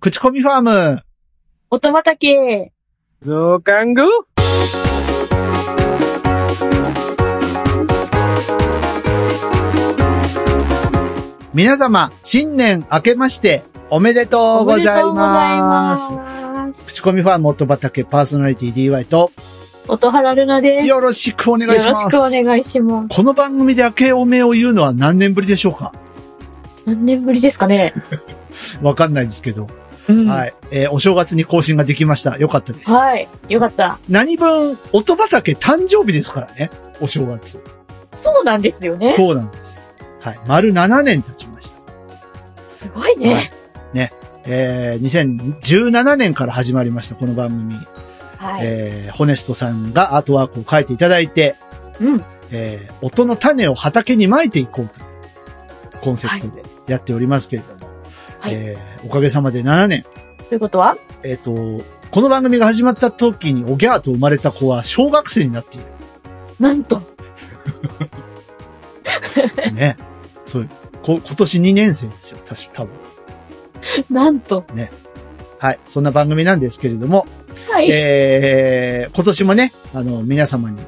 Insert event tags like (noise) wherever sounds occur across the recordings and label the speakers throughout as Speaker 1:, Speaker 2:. Speaker 1: 口コミファーム。
Speaker 2: 音畑。
Speaker 3: 増刊後
Speaker 1: 皆様、新年明けまして、おめでとうございます。
Speaker 2: おめでとうございます。
Speaker 1: 口コミファーム音畑パーソナリティ DY と、
Speaker 2: 音原ルナです。よ
Speaker 1: よろしくお願いし
Speaker 2: ろ
Speaker 1: ま
Speaker 2: し
Speaker 1: す。
Speaker 2: くお願いします。
Speaker 1: この番組で明けおめを言うのは何年ぶりでしょうか
Speaker 2: 何年ぶりですかね。
Speaker 1: わかんないですけど。
Speaker 2: うん。。
Speaker 1: はいい。えーお正月に更新ができました。よかったです。
Speaker 2: はい。よかった。
Speaker 1: 何分、音畑誕生日ですからね。お正月。
Speaker 2: そうなんですよね。
Speaker 1: そうなんです。はい。丸7年経ちました。
Speaker 2: すごい
Speaker 1: はい
Speaker 2: ね。
Speaker 1: えー、2017年から始まりました、この番組。
Speaker 2: はい。
Speaker 1: えー、ホネストさんがアートワークを書いていただいて、
Speaker 2: うん。
Speaker 1: えー、音の種を畑にまいていこうというコンセプトでやっておりますけれども、
Speaker 2: はい
Speaker 1: えー、おかげさまで7年、
Speaker 2: ということは
Speaker 1: えっ、と、この番組が始まった時におぎゃーと生まれた子は小学生になってい
Speaker 2: なんと。
Speaker 1: る。ね。そう、こ、今年2年生ですよ、確か、多分。
Speaker 2: なんと。
Speaker 1: はい。そんな番組なんですけれども、
Speaker 2: はい。
Speaker 1: えー、今年もね、あの、皆様に、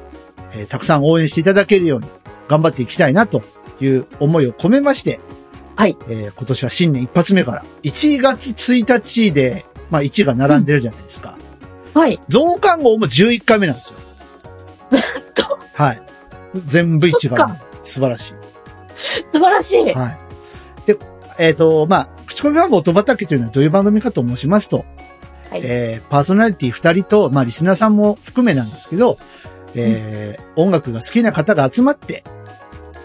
Speaker 1: えーたくさん応援していただけるように頑張っていきたいなという思いを込めまして、
Speaker 2: はい。
Speaker 1: えー、今年は新年一発目から、1月1日で、まあ1が並んでるじゃないですか。
Speaker 2: はい。
Speaker 1: 増刊号も11回目なんですよ。
Speaker 2: と
Speaker 1: はい。全部1
Speaker 2: そっ
Speaker 1: が
Speaker 2: か
Speaker 1: 素晴らし
Speaker 2: 素晴らしい
Speaker 1: い。。はい。で、えっ、と、まあ、口コミ番号音畑というのはどういう番組かと申しますと、
Speaker 2: はい
Speaker 1: えーパーソナリティ2人と、まあ、リスナーさんも含めなんですけど、えー音楽が好きな方が集まって、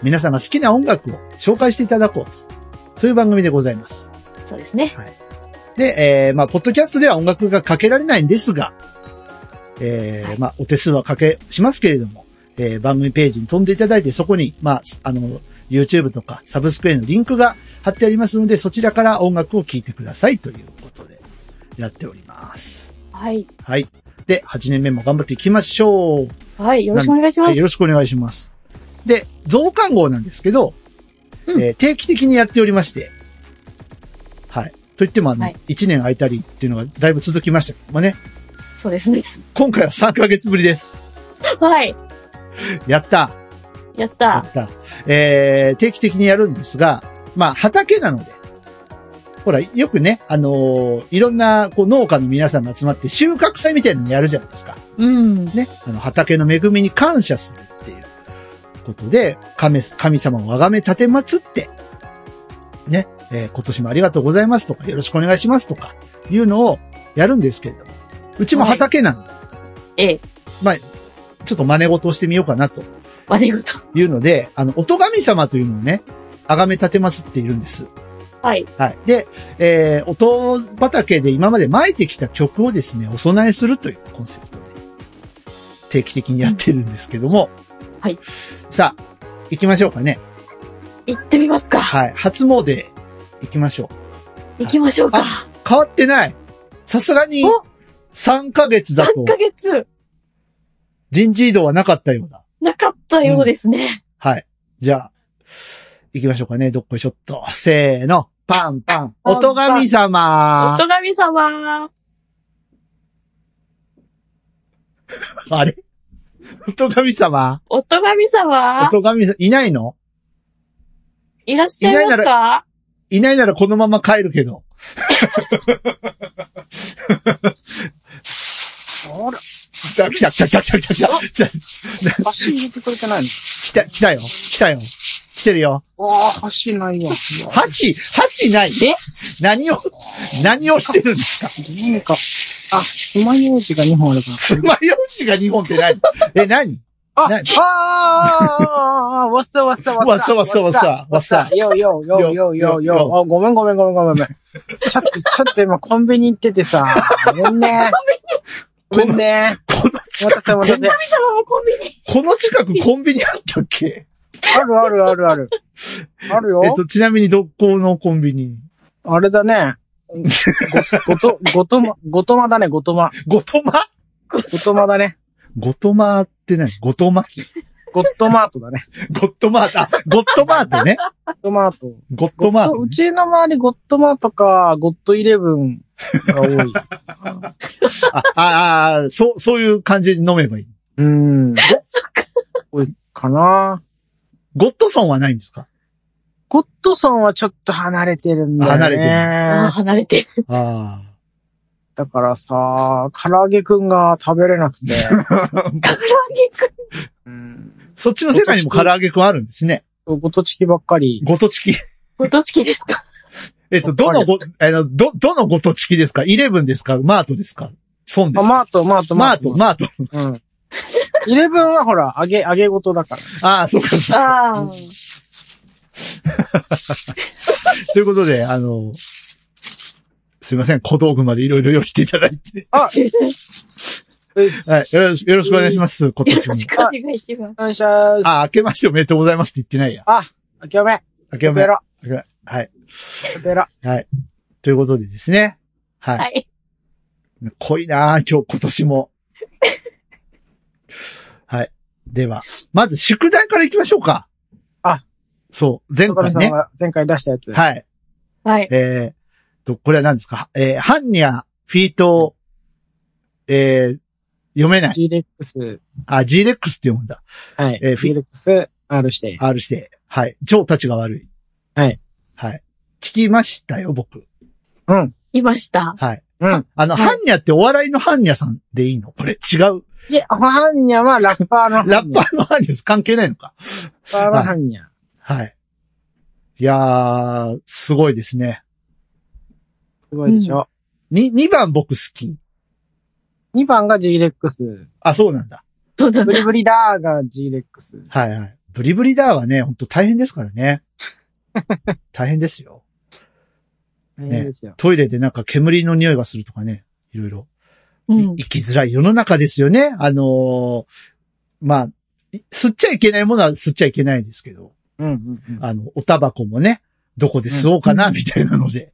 Speaker 1: 皆さんが好きな音楽を紹介していただこうと。そういう番組でございます。
Speaker 2: そうですね。
Speaker 1: で、えーまあ、ポッドキャストでは音楽がかけられないんですが、えーまあ、お手数はかけ、しますけれども、えー番組ページに飛んでいただいて、そこに、まあ、あの、YouTube とかサブスクへのリンクが貼ってありますので、そちらから音楽を聴いてくださいということで、やっております。
Speaker 2: はい。
Speaker 1: はい。で、8年目も頑張っていきましょう。
Speaker 2: はい。よろしくお願いし
Speaker 1: は
Speaker 2: ま
Speaker 1: い、よ
Speaker 2: す。
Speaker 1: ろしくお願いします。で、増刊号なんですけど、
Speaker 2: うん
Speaker 1: えー定期的にやっておりまして、はい。といっても、あの、
Speaker 2: はい
Speaker 1: 1年空いたりっていうのがだいぶ続きましたけどもね、
Speaker 2: そうですね。 (laughs)
Speaker 1: 今回は3ヶ月ぶりです。
Speaker 2: はい。
Speaker 1: やった
Speaker 2: や
Speaker 1: や
Speaker 2: った。
Speaker 1: ったえー、定期的にやるんですが、まあ、畑なので、ほら、よくね、あのーいろんな、こう、農家の皆さんが集まって収穫祭みたいなのやるじゃないですか。
Speaker 2: うん。
Speaker 1: ね、あの、畑の恵みに感謝するっていうことで、神神様をあがめ立てまつって、ね、えー今年もありがとうございますとか、よろしくお願いしますとか、いうのをやるんですけれども、うちも畑なんで、
Speaker 2: ええ。
Speaker 1: ちょっと真似事をしてみようかなと
Speaker 2: 真似事。
Speaker 1: いうので、あの、音神様というのをね、あがめ立てまつっているんです。
Speaker 2: はい。
Speaker 1: はい。で、えー音畑で今まで巻いてきた曲をですね、お供えするというコンセプトで、定期的にやってるんですけども。
Speaker 2: はい。
Speaker 1: さあ、行きましょうかね。
Speaker 2: 行ってみますか。
Speaker 1: はい。初詣、行きましょう。
Speaker 2: 行きましょうか。
Speaker 1: 変わってないさすがに
Speaker 2: お、
Speaker 1: 3ヶ月だと
Speaker 2: 3、ヶ月。
Speaker 1: 人事異動はなかったようだ。
Speaker 2: なかったようですね。
Speaker 1: はい。じゃあ、行きましょうかね。どっこいしょっと。せーの。パンパン。
Speaker 2: パンパン
Speaker 1: 音神様。
Speaker 2: 音神様。
Speaker 1: あれ (laughs) 音神様
Speaker 2: 音神様。
Speaker 1: 音神様、いないの
Speaker 2: いらっしゃいますか
Speaker 1: いないならこのまま帰るけど。
Speaker 3: あら、
Speaker 1: 来た、来た、来た、来た、来た、来た、来た、
Speaker 3: 橋入れてくれてないの
Speaker 1: 来た、来たよ、来たよ。来てるよ。
Speaker 3: ああ、橋ないわ。
Speaker 1: 箸、箸ない。
Speaker 2: え
Speaker 1: 何を、何をしてるんですか
Speaker 3: なんか、あ、爪楊枝が2本あるから。
Speaker 1: 爪楊枝が2本って何え、何
Speaker 3: あ、
Speaker 1: な
Speaker 3: ああー、あーあー、あーわっさわっさわっさ。
Speaker 1: わっさわっさわっさわっさ。
Speaker 3: よよよよよよ。あ、ごめんごめんごめんごめんごめん。ちょっと、ちょっと今コンビニ行っててさ。ごめんね。ごめんね。
Speaker 1: この
Speaker 3: お
Speaker 1: 近
Speaker 3: 待た
Speaker 1: く、
Speaker 3: せお待た
Speaker 2: 神様もコンビニ。
Speaker 1: この近くコンビニあったっけ
Speaker 3: せ。あるあるあるある。あるよ
Speaker 1: えっ。と、ちなみにどこのコンビニ
Speaker 3: あれだね。ごと、ごとま、ごとまだね、ごとま。
Speaker 1: ごとま
Speaker 3: ごとまだね。
Speaker 1: ごとまって何ごとまき
Speaker 3: ゴッドマート
Speaker 2: (laughs)
Speaker 3: だね。
Speaker 1: ゴッドマート、あ、ゴッドマートね。
Speaker 3: ゴッドマート。
Speaker 1: ゴッ
Speaker 3: ゴ
Speaker 1: ドマ
Speaker 3: ッ
Speaker 1: ー
Speaker 3: ド
Speaker 1: ト
Speaker 3: う
Speaker 1: ね。
Speaker 3: ちの周りゴッドマートか、ゴッドイレブンが多
Speaker 2: (laughs)
Speaker 3: い。
Speaker 1: あ、ああ、そう、そういう感じに飲めばいい。
Speaker 3: うん。
Speaker 2: そっか。
Speaker 3: 多いかな。
Speaker 1: ゴッドソンはないんですか
Speaker 3: ゴッドソンはちょっと離れてるんだよね。
Speaker 1: 離れてる
Speaker 2: あー離れてる。
Speaker 1: あ
Speaker 3: だからさ、唐揚げくんが食べれなく
Speaker 1: (laughs)
Speaker 3: て。
Speaker 1: あ。
Speaker 2: 唐揚げくん。
Speaker 3: うん。
Speaker 1: そっちの世界にも唐揚げくんあるんですね。
Speaker 3: ごとちきばっかり。
Speaker 1: ごとちき。
Speaker 2: ごとしきですか
Speaker 1: えっと、どのご、あの、ど、どのごとちきですかイレブンですかマートですかソンで
Speaker 3: あ
Speaker 1: すか
Speaker 3: マート、マート、
Speaker 1: マート、マート。 (laughs)
Speaker 3: うん。イレブンはほら、揚げ、揚げごとだから。
Speaker 1: ああ、そうか、そうか (laughs)
Speaker 2: ああ。
Speaker 1: ということで、あの、すいません、小道具までいろいろ用意していただいて。
Speaker 3: うっす
Speaker 1: はい、よろしよろしくお願いします、今
Speaker 2: よ
Speaker 1: 年
Speaker 2: ろ
Speaker 1: も。
Speaker 2: しくお願いします。
Speaker 3: 感謝です。
Speaker 1: あ、明けましておめでとうございますって言ってないや。
Speaker 3: あ、あきおめ。
Speaker 1: 明け
Speaker 3: ペ
Speaker 1: おめ。
Speaker 3: ロ、
Speaker 1: 明けおめはい。
Speaker 3: ペロ。
Speaker 1: ということでですね。はい。
Speaker 2: はい。
Speaker 1: 濃いなぁ、今日、今年も。 (laughs) はい。では、まず宿題から行きましょうか。
Speaker 3: あ。
Speaker 1: そう、前
Speaker 3: 小上
Speaker 1: 回
Speaker 3: さん
Speaker 1: ね。
Speaker 3: が前回出したやつ。
Speaker 1: はい。
Speaker 2: はい。
Speaker 1: えー、と、これは何ですかえー、ハンニャ、フィート、えー、読めない。
Speaker 3: GREX。
Speaker 1: あ、g レックスって読むんだ。
Speaker 3: はい。
Speaker 1: えーフィ
Speaker 3: GREX、R して。
Speaker 1: R して。はい。超たちが悪い。
Speaker 3: はい。
Speaker 1: はい。聞きましたよ、僕。
Speaker 3: うん。
Speaker 2: いました。
Speaker 1: はい。
Speaker 3: うん。
Speaker 1: あの、
Speaker 3: うん
Speaker 1: ハンニャってお笑いのハンニャさんでいいのこれ違う。
Speaker 3: いや、ハンニャはラッパーのハンニャ。
Speaker 1: ラッパーのハンニャです。関係ないのか。
Speaker 3: ラッパーのハンニャ。
Speaker 1: はい。いやー、すごいですね。
Speaker 3: すごいでしょ。
Speaker 1: に、2番僕好き。
Speaker 3: 2番が GREX。
Speaker 1: あ、そうなんだ。
Speaker 2: そうなん
Speaker 3: ブ
Speaker 2: だ。
Speaker 3: リブリダーが GREX。
Speaker 1: はいはい。ブリブリダーはね、ほんと大変ですからね。
Speaker 2: (laughs)
Speaker 1: 大変ですよ。
Speaker 3: 大変ですよ。
Speaker 1: トイレでなんか煙の匂いがするとかね。いろいろ。
Speaker 2: うん。
Speaker 1: 生きづらい世の中ですよね。あのーまあ、い吸っちゃいけないものは吸っちゃいけないですけど、
Speaker 3: うんうんうん。
Speaker 1: あの、おタバコもね、どこで吸おうかな、みたいなので、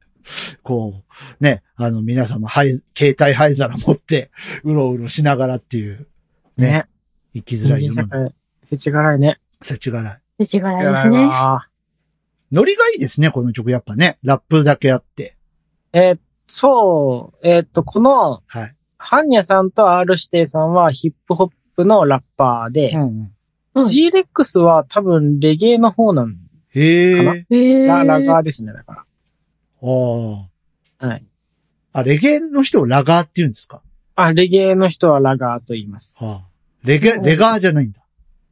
Speaker 1: こう、ね、あの、皆様、はい、携帯灰皿持って、うろうろしながらっていう、ね、
Speaker 3: ね。
Speaker 1: 生きづ
Speaker 3: 人
Speaker 1: らい世
Speaker 3: 間
Speaker 1: の中、
Speaker 3: 社会、世知辛いね。
Speaker 1: せちがらい。
Speaker 2: 世知辛いです
Speaker 3: 世知辛い
Speaker 2: ね。
Speaker 3: わ
Speaker 1: ノリがいいですね、この曲、やっぱね。ラップだけあって。
Speaker 3: えーそう、えーっと、この、
Speaker 1: はい。
Speaker 3: ハンニャさんと R 指定さんはヒップホップのラッパーで
Speaker 1: うん、うん。
Speaker 2: うん
Speaker 3: GREX は多分レゲエの方なん
Speaker 1: へ
Speaker 3: か
Speaker 1: え。
Speaker 2: えー
Speaker 3: だ。ラガーですね、だか
Speaker 1: あ
Speaker 3: ら。はい。
Speaker 1: あ。あ、レゲエの人をラガーって言うんですか
Speaker 3: あ、レゲエの人はラガーと言います。
Speaker 1: はあ。レゲ、レガーじゃないんだ。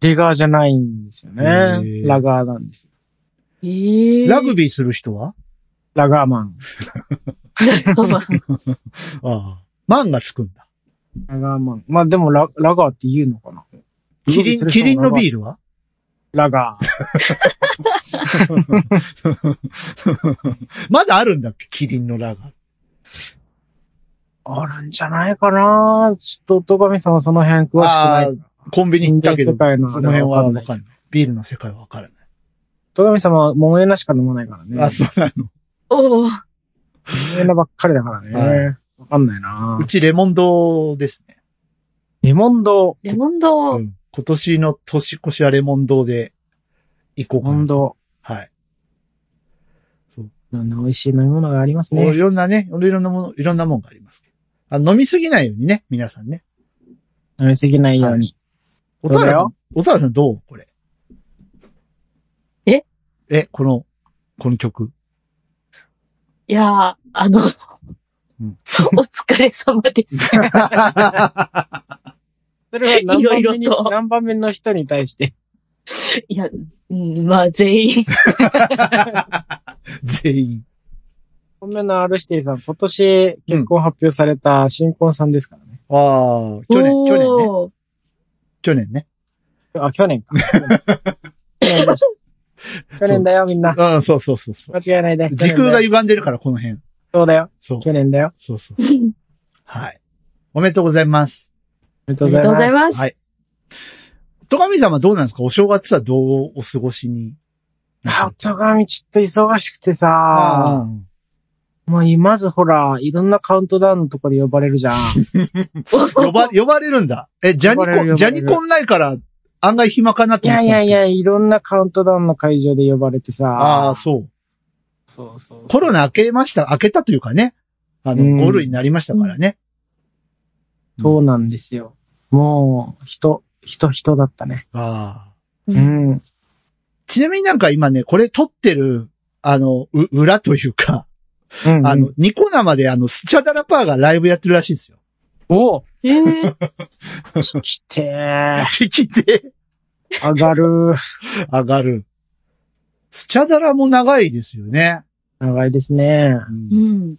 Speaker 3: レガーじゃないんですよね
Speaker 1: へー。
Speaker 3: ラガーなんですよ。
Speaker 2: えー
Speaker 1: ラグビーする人は
Speaker 3: ラガーマン。
Speaker 2: ラガーマン
Speaker 1: ああ。マンがつくんだ。
Speaker 3: ラガーマン。まあでもラ、ラガーって言うのかな
Speaker 1: キリン、キリンのビ
Speaker 3: ー
Speaker 1: ールは
Speaker 3: ラガー。
Speaker 1: (laughs) まだあるんだっけキリンのラガー。
Speaker 3: あるんじゃないかなちょっと、戸上さんはその辺詳しくな
Speaker 1: あ
Speaker 3: い。
Speaker 1: あ、コンビニ行ったけど、
Speaker 3: 人間世界の
Speaker 1: その辺は
Speaker 3: あれはわか
Speaker 1: わ
Speaker 3: んない
Speaker 1: かんない。ビールの世界はわからない。
Speaker 3: 戸上さんは桃江なしか飲まないからね。
Speaker 1: あ、そうなの。
Speaker 2: (laughs) おお。
Speaker 3: 有名なばっかりだからね。
Speaker 1: はい
Speaker 3: わかんないな
Speaker 1: うちレモンドですね。
Speaker 3: レモンド、
Speaker 2: レモンド
Speaker 1: う。ん。今年の年越しはレモンドで行こう
Speaker 3: レ
Speaker 1: か
Speaker 3: モン
Speaker 1: な。
Speaker 3: ド、
Speaker 1: はい。
Speaker 3: いろんな美味しい飲み物があります
Speaker 1: もう
Speaker 3: ね
Speaker 1: い。ろんなね、いろんなもの、いろんなもんがありますけど。あ飲みすぎないようにね、皆さんね。
Speaker 3: 飲みすぎないように。
Speaker 1: おた
Speaker 3: そうだ
Speaker 1: らさん
Speaker 3: よ、
Speaker 1: おたらさんどうこれ。
Speaker 2: え
Speaker 1: え、この、この曲。 (laughs)
Speaker 2: いやー、あの、
Speaker 1: うん
Speaker 2: (laughs) お疲れ様です。
Speaker 3: それは何番目に
Speaker 2: い
Speaker 1: (laughs)
Speaker 2: ろいろと
Speaker 3: 何番目の人に対して。
Speaker 2: いや、うんまあ全員、
Speaker 1: 全員。
Speaker 3: 本命の R 指定さん、今年結婚発表された新婚さんですからね。
Speaker 1: ああ、去年、去年ね。
Speaker 2: おー
Speaker 1: 去年ね。
Speaker 3: あ、去年か。去年でした去年だよ、みんな。
Speaker 1: うん、そうそうそうそう。
Speaker 3: 間違いないで。
Speaker 1: 時空が
Speaker 3: 去年だよ
Speaker 1: 歪んでるから、この辺。
Speaker 3: そうだよ。
Speaker 1: そう。
Speaker 3: 去年だよ。
Speaker 1: そうそう。はい。おめでとうございます。
Speaker 3: ありが
Speaker 2: あ
Speaker 3: とう
Speaker 2: り
Speaker 3: ご
Speaker 2: が
Speaker 3: ざ
Speaker 2: と
Speaker 3: い
Speaker 2: うご
Speaker 3: ま
Speaker 2: ざいます。
Speaker 3: す。
Speaker 1: はい。戸上様どうなんですかお正月はどうお過ごしに
Speaker 3: あ、戸上ちょっと忙しくて
Speaker 1: あ
Speaker 3: さ、
Speaker 1: あ。
Speaker 3: もうまずほら、いろんなカウントダウンのとこで呼ばれるじゃん。 (laughs)
Speaker 1: 呼ば、呼ばれるんだ。え、ジャニ
Speaker 3: 呼ばれ
Speaker 1: コ
Speaker 3: る
Speaker 1: ン、
Speaker 3: 呼
Speaker 1: ジャ
Speaker 3: ばれる
Speaker 1: ニコンないから案外暇かなと
Speaker 3: い
Speaker 1: 思っ
Speaker 3: や
Speaker 1: たん
Speaker 3: い
Speaker 1: です
Speaker 3: や
Speaker 1: けど。
Speaker 3: いや、いろんなカウントダウンの会場で呼ばれ
Speaker 1: あ
Speaker 3: てさ。
Speaker 1: あ、そう。
Speaker 3: そうそう。
Speaker 1: コロナ明けました、明けたというかね。あの、
Speaker 3: うん
Speaker 1: 5類になりましたからね。
Speaker 3: そうなんですよ。もう、人、人、人だったね。
Speaker 1: ああ。
Speaker 2: う
Speaker 3: うん。
Speaker 1: ちなみになんか今ね、これ撮ってる、あの、う、裏というか、
Speaker 3: うん
Speaker 1: あの、、ニコ生であの、スチャダラパーがライブやってるらしいんですよ。
Speaker 3: お
Speaker 2: えー、
Speaker 3: 聞きて
Speaker 1: (laughs)
Speaker 3: ー。
Speaker 1: 聞きて、
Speaker 3: 上がる。
Speaker 1: 上がる。スチャダラも長いですよね。
Speaker 3: 長いですね。
Speaker 1: うん
Speaker 2: うん。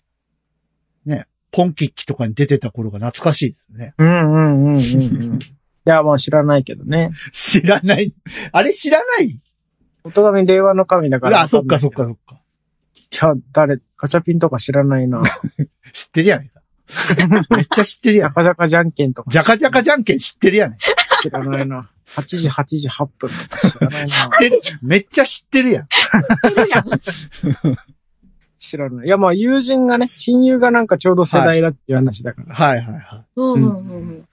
Speaker 1: ポンキッキとかに出てた頃が懐かしいですよね。
Speaker 3: うんうんうんうんうん。いや、まあ知らないけどね。
Speaker 1: 知らない。あれ知らない
Speaker 3: 音神令和の神だから。
Speaker 1: あ、そっかそっか。そっか。
Speaker 3: いや、誰、ガチャピンとか知らないな。
Speaker 1: 知ってるやないか。 (laughs) めっちゃ知ってる
Speaker 3: ジ
Speaker 1: や
Speaker 3: ャ
Speaker 1: ん。
Speaker 3: カジャカじゃんけんとか
Speaker 1: ジャカジャカじゃんけん知ってるやない。
Speaker 3: 知らないな。8時、8時8分とか知らな
Speaker 1: (laughs)
Speaker 3: い
Speaker 1: 知
Speaker 3: な
Speaker 1: っ。てる。めっちゃ知ってるやん。
Speaker 2: いるやん。
Speaker 3: 知らない。いや、まあ友人がね、親友がなんかちょうど世代だっていう話だから。
Speaker 1: はいはいはい。
Speaker 2: (laughs) うんうんうん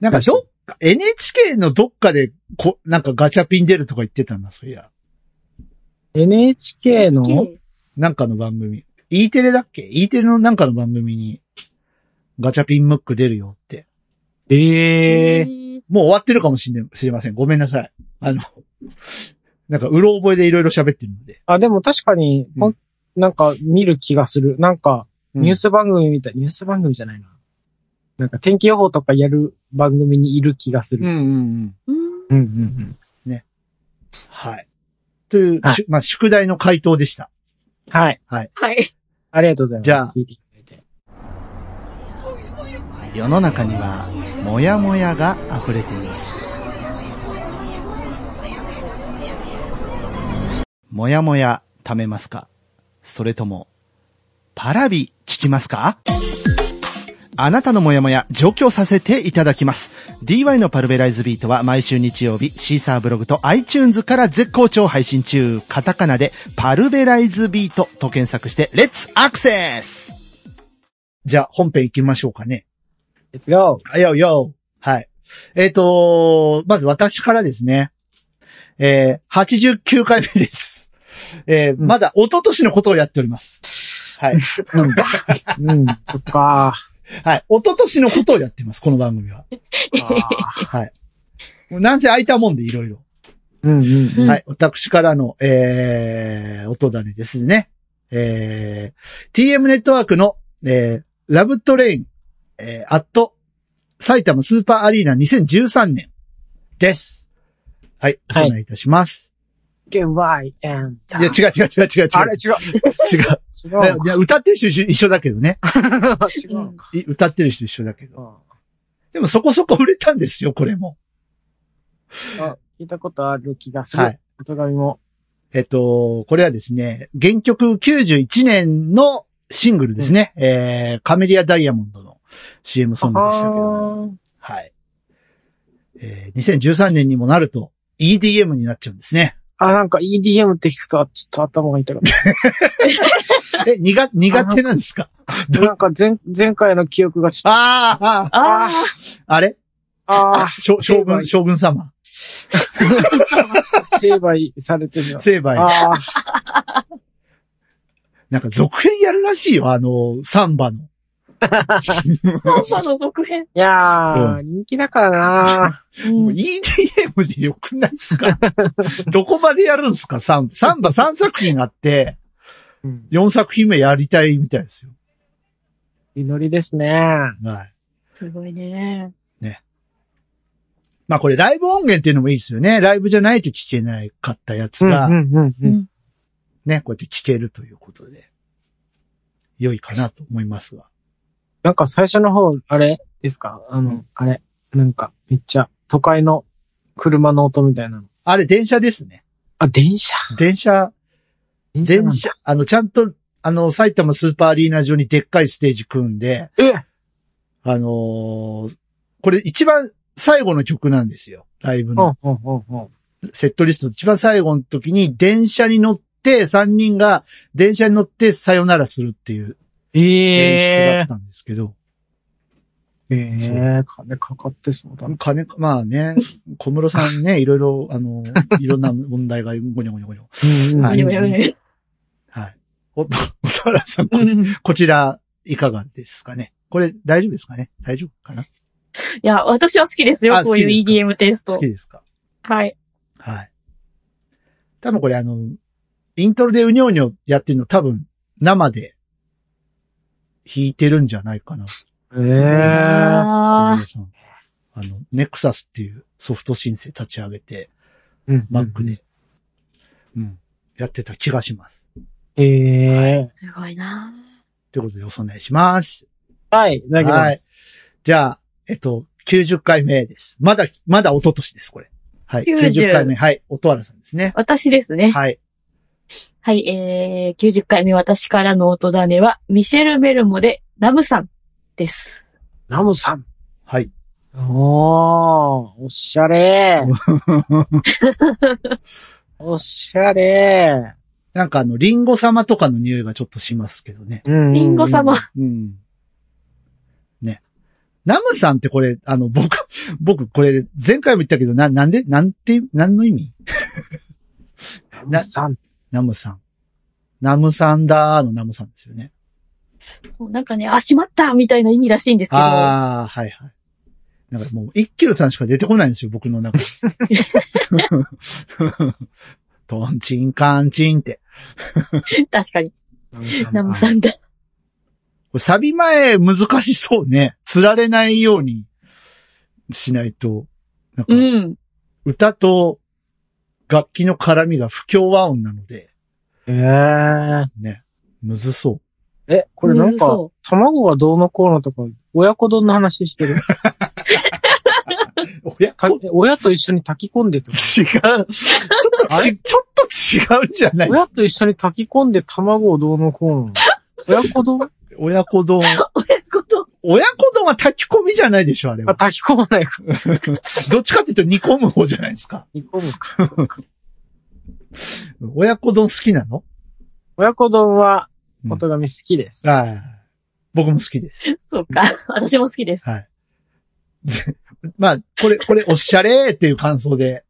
Speaker 1: なんかどっか、NHK のどっかで、こ、なんかガチャピン出るとか言ってたな、そういや。
Speaker 3: NHK
Speaker 2: う
Speaker 3: の
Speaker 2: ん。
Speaker 1: なんかの番組。E テレだっけ ?E テレのなんかの番組に、ガチャピンムック出るよって。
Speaker 3: ええ
Speaker 2: ー、
Speaker 1: もう終わってるかもしれ知れません。ごめんなさい。あの、 (laughs) なんか、うろ覚えでいろいろ喋ってるので。
Speaker 3: あ、でも確かに、
Speaker 1: うん
Speaker 3: ほんなんか見る気がする。なんか、ニュー
Speaker 1: ス。
Speaker 3: ス番組みたい、ニュース番組じゃないな。なんか天気予報とかやる番組にいる気がす
Speaker 1: うん
Speaker 3: る。
Speaker 1: うんうん。
Speaker 2: うん
Speaker 3: うん、うん、うん。
Speaker 1: はい。という、
Speaker 3: はい
Speaker 1: しまあ、宿題の回答でした。
Speaker 3: はい。
Speaker 2: はい。
Speaker 3: ありがとうございます。
Speaker 1: じゃあ
Speaker 3: 聞いていただいて。
Speaker 1: 世の中には、もやもやが溢れています。もやもや貯めますかそれとも、パラビ聞きますかあなたのもやもや除去させていただきます。DY のパルベライズビートは毎週日曜日、シーサーブログと iTunes から絶好調配信中。カタカナでパルベライズビートと検索して、レッツアクセスじゃあ本編行きましょうかね。
Speaker 3: Let's go!
Speaker 1: あよよはい。えっ、とまず私からですね。えー、89回目です。えー
Speaker 3: うん
Speaker 1: まだ一昨年のことをやっております。
Speaker 3: (laughs)
Speaker 1: はい。 (laughs)
Speaker 3: うん、そっか
Speaker 1: はい。一昨年のことをやってます、この番組は。
Speaker 3: ー。あー
Speaker 1: もうなんせ空いたもんでいろいろ。
Speaker 3: うん、うん、
Speaker 2: うん
Speaker 1: はい。私からの、えー、音種ですね。えー、TM ネットワークの、えー、ラブトレイン、えー、アット、埼玉スーパーアリーナ2013年です。はい。お
Speaker 3: はい
Speaker 1: 伝えいたします。
Speaker 3: Goodbye and
Speaker 1: いや、違う違う違う違う違う。
Speaker 3: あれ違う。
Speaker 1: 違う。
Speaker 3: 違
Speaker 1: いや
Speaker 3: う。
Speaker 1: いや歌ってる人一緒一緒だけどね。
Speaker 3: 違うのか。
Speaker 1: い歌ってる人一緒だけど。
Speaker 3: あ
Speaker 1: でもそこそこ売れたんですよ、これも。
Speaker 3: 聞いたことある気がする。
Speaker 1: はい。
Speaker 3: 音紙も。
Speaker 1: えっと、これはですね、原曲91年のシングルですね。えー、カメリアダイヤモンドの CM ソングでしたけども。
Speaker 3: あー
Speaker 1: はい。えー、2013年にもなると EDM になっちゃうんですね。
Speaker 3: あ、なんか EDM って聞くと、あちょっと頭が
Speaker 1: (laughs)
Speaker 3: 痛かっ
Speaker 1: え、苦、
Speaker 3: (laughs)
Speaker 1: 苦手なんですか
Speaker 3: た。なんか前、前回の記憶がちょっ
Speaker 1: あーあー、
Speaker 2: あ
Speaker 1: あれ
Speaker 3: と、ああ、
Speaker 1: しょ将軍、将軍様。
Speaker 3: 成敗されてるよ。
Speaker 1: 成敗。
Speaker 3: ああ、
Speaker 1: なんか続編やるらしいよ、あの、サンバの。
Speaker 2: あ、サンバの続編。
Speaker 3: いやー、人気だからな
Speaker 1: もう
Speaker 2: うん
Speaker 1: EDM でよくないですかどこまでやるんですかサンバ。サンバ3作品あって、
Speaker 3: うん
Speaker 1: 4作品目やりたいみたいですよ。
Speaker 3: 祈りですね。
Speaker 1: はい。
Speaker 2: すごいね。
Speaker 1: まあこれライブ音源っていうのもいいですよね。ライブじゃないと聞けないかったやつが、
Speaker 3: んうん
Speaker 2: うん
Speaker 1: ね、こうやって聞けるということで、良いかなと思いますが。
Speaker 3: なんか最初の方、あれですかあの、あれ、なんかめっちゃ都会の車の音みたいなの。
Speaker 1: あれ電車ですね。
Speaker 3: あ、電車
Speaker 1: 電車、
Speaker 3: 電なん
Speaker 1: 電
Speaker 3: だ
Speaker 1: 車、あの、ちゃんと、あの、埼玉スーパーアリーナ上にでっかいステージ組んで、
Speaker 3: え
Speaker 1: あのーこれ一番最後の曲なんですよ。ライブ
Speaker 3: ほ
Speaker 1: の
Speaker 3: うほうほうほ
Speaker 1: セットリスト。一番最後の時に電車に乗って、3人が電車に乗ってさよならするっていう
Speaker 3: う。え
Speaker 1: 演出だっ
Speaker 3: え
Speaker 1: たんですけど、
Speaker 3: ええ金かかってそうだな。
Speaker 1: 金、まあね、小室さんね、いろいろ、あの、いろんな問題がごにょごにょごにょ。は
Speaker 2: あ
Speaker 1: い
Speaker 2: でもやるね。
Speaker 1: はい。おっと、小原さん、こ
Speaker 2: うんい
Speaker 1: こちら、いかがですかねこれ、大丈夫ですかね大丈夫かな
Speaker 2: や、私は好きですよ
Speaker 1: あ、
Speaker 2: こういう
Speaker 1: 好きで
Speaker 2: EDM テイス
Speaker 1: 好
Speaker 2: ト
Speaker 1: き。ですか
Speaker 2: はい。
Speaker 1: はい。多分これ、あの、イントロでうにょうにょやってるの多分、生で、弾いてるんじゃないかな。
Speaker 3: え
Speaker 1: 小
Speaker 2: あ
Speaker 1: 室さん。あの、ネクサスっていうソフト申請立ち上げて、
Speaker 3: えうん
Speaker 1: マックで、うん、やってた気がします。
Speaker 3: ええ
Speaker 2: ーすごいな
Speaker 1: ということで、おさらいします。
Speaker 3: はい、いただきます。
Speaker 1: じゃあ、えっと、90回目です。まだ、まだ一昨年です、これ。はい。
Speaker 2: 90
Speaker 1: 90回目。はい。音原さんですね。
Speaker 2: 私ですね。
Speaker 1: はい。
Speaker 2: はい、えー、90回目私からの音種は、ミシェル・メルモで、ナムさんです。
Speaker 3: ナムさん。
Speaker 1: はい。
Speaker 3: おー、おしゃれ。おしゃれ。
Speaker 1: なんかあの、リンゴ様とかの匂いがちょっとしますけどね。
Speaker 3: リ
Speaker 2: リンゴ様。
Speaker 1: うん。ね。ナムさんってこれ、あの、僕、僕、これ、前回も言ったけど、な、なんで、なんて、何の意味
Speaker 3: ナムさん。
Speaker 1: ナムさん。ナムさんだーのナムさんですよね。
Speaker 2: もうなんかね、あ、しまったみたいな意味らしいんですけど、
Speaker 1: ああ、はいはい。なんかもう、一休さんしか出てこないんですよ、僕の中で。トンチンカンチンって。
Speaker 2: 確かに、
Speaker 3: ナムさ
Speaker 2: ナムさんだ。
Speaker 1: これサビ前難しそうね。釣られないようにしないと、なんか
Speaker 2: うん。 (laughs)
Speaker 1: 歌と楽器の絡みが不協和音なので、
Speaker 3: ええ
Speaker 1: ね、むずそう。
Speaker 3: え、これなん
Speaker 2: うん
Speaker 3: か
Speaker 2: そ、
Speaker 3: 卵がどうのこうのとか、親子丼の話してる。
Speaker 1: おや、
Speaker 3: た
Speaker 1: こ
Speaker 3: 親と一緒に炊き込んでとか。
Speaker 1: 違う。ちょっと
Speaker 3: あ
Speaker 1: ち、ちょっと違うんじゃないで
Speaker 3: 親
Speaker 1: すか。
Speaker 3: と一緒に炊き込んで卵をどうのこうの。親子丼
Speaker 1: 親子丼。
Speaker 2: 親子丼。
Speaker 1: 親子丼は炊き込みじゃないでしょ、あれ
Speaker 3: あ、
Speaker 1: は。
Speaker 3: 炊き込まないか。
Speaker 1: どっちかっていうと煮込む方じゃないですか。
Speaker 3: 煮込むか。
Speaker 1: 親子丼好きなの
Speaker 3: 親子丼は
Speaker 1: う、ん
Speaker 3: 音紙好きです。
Speaker 1: はい。僕も好きです。
Speaker 2: そうか。私も好きです。
Speaker 1: はい。でまあ、これ、これ、おっしゃれーっていう感想で。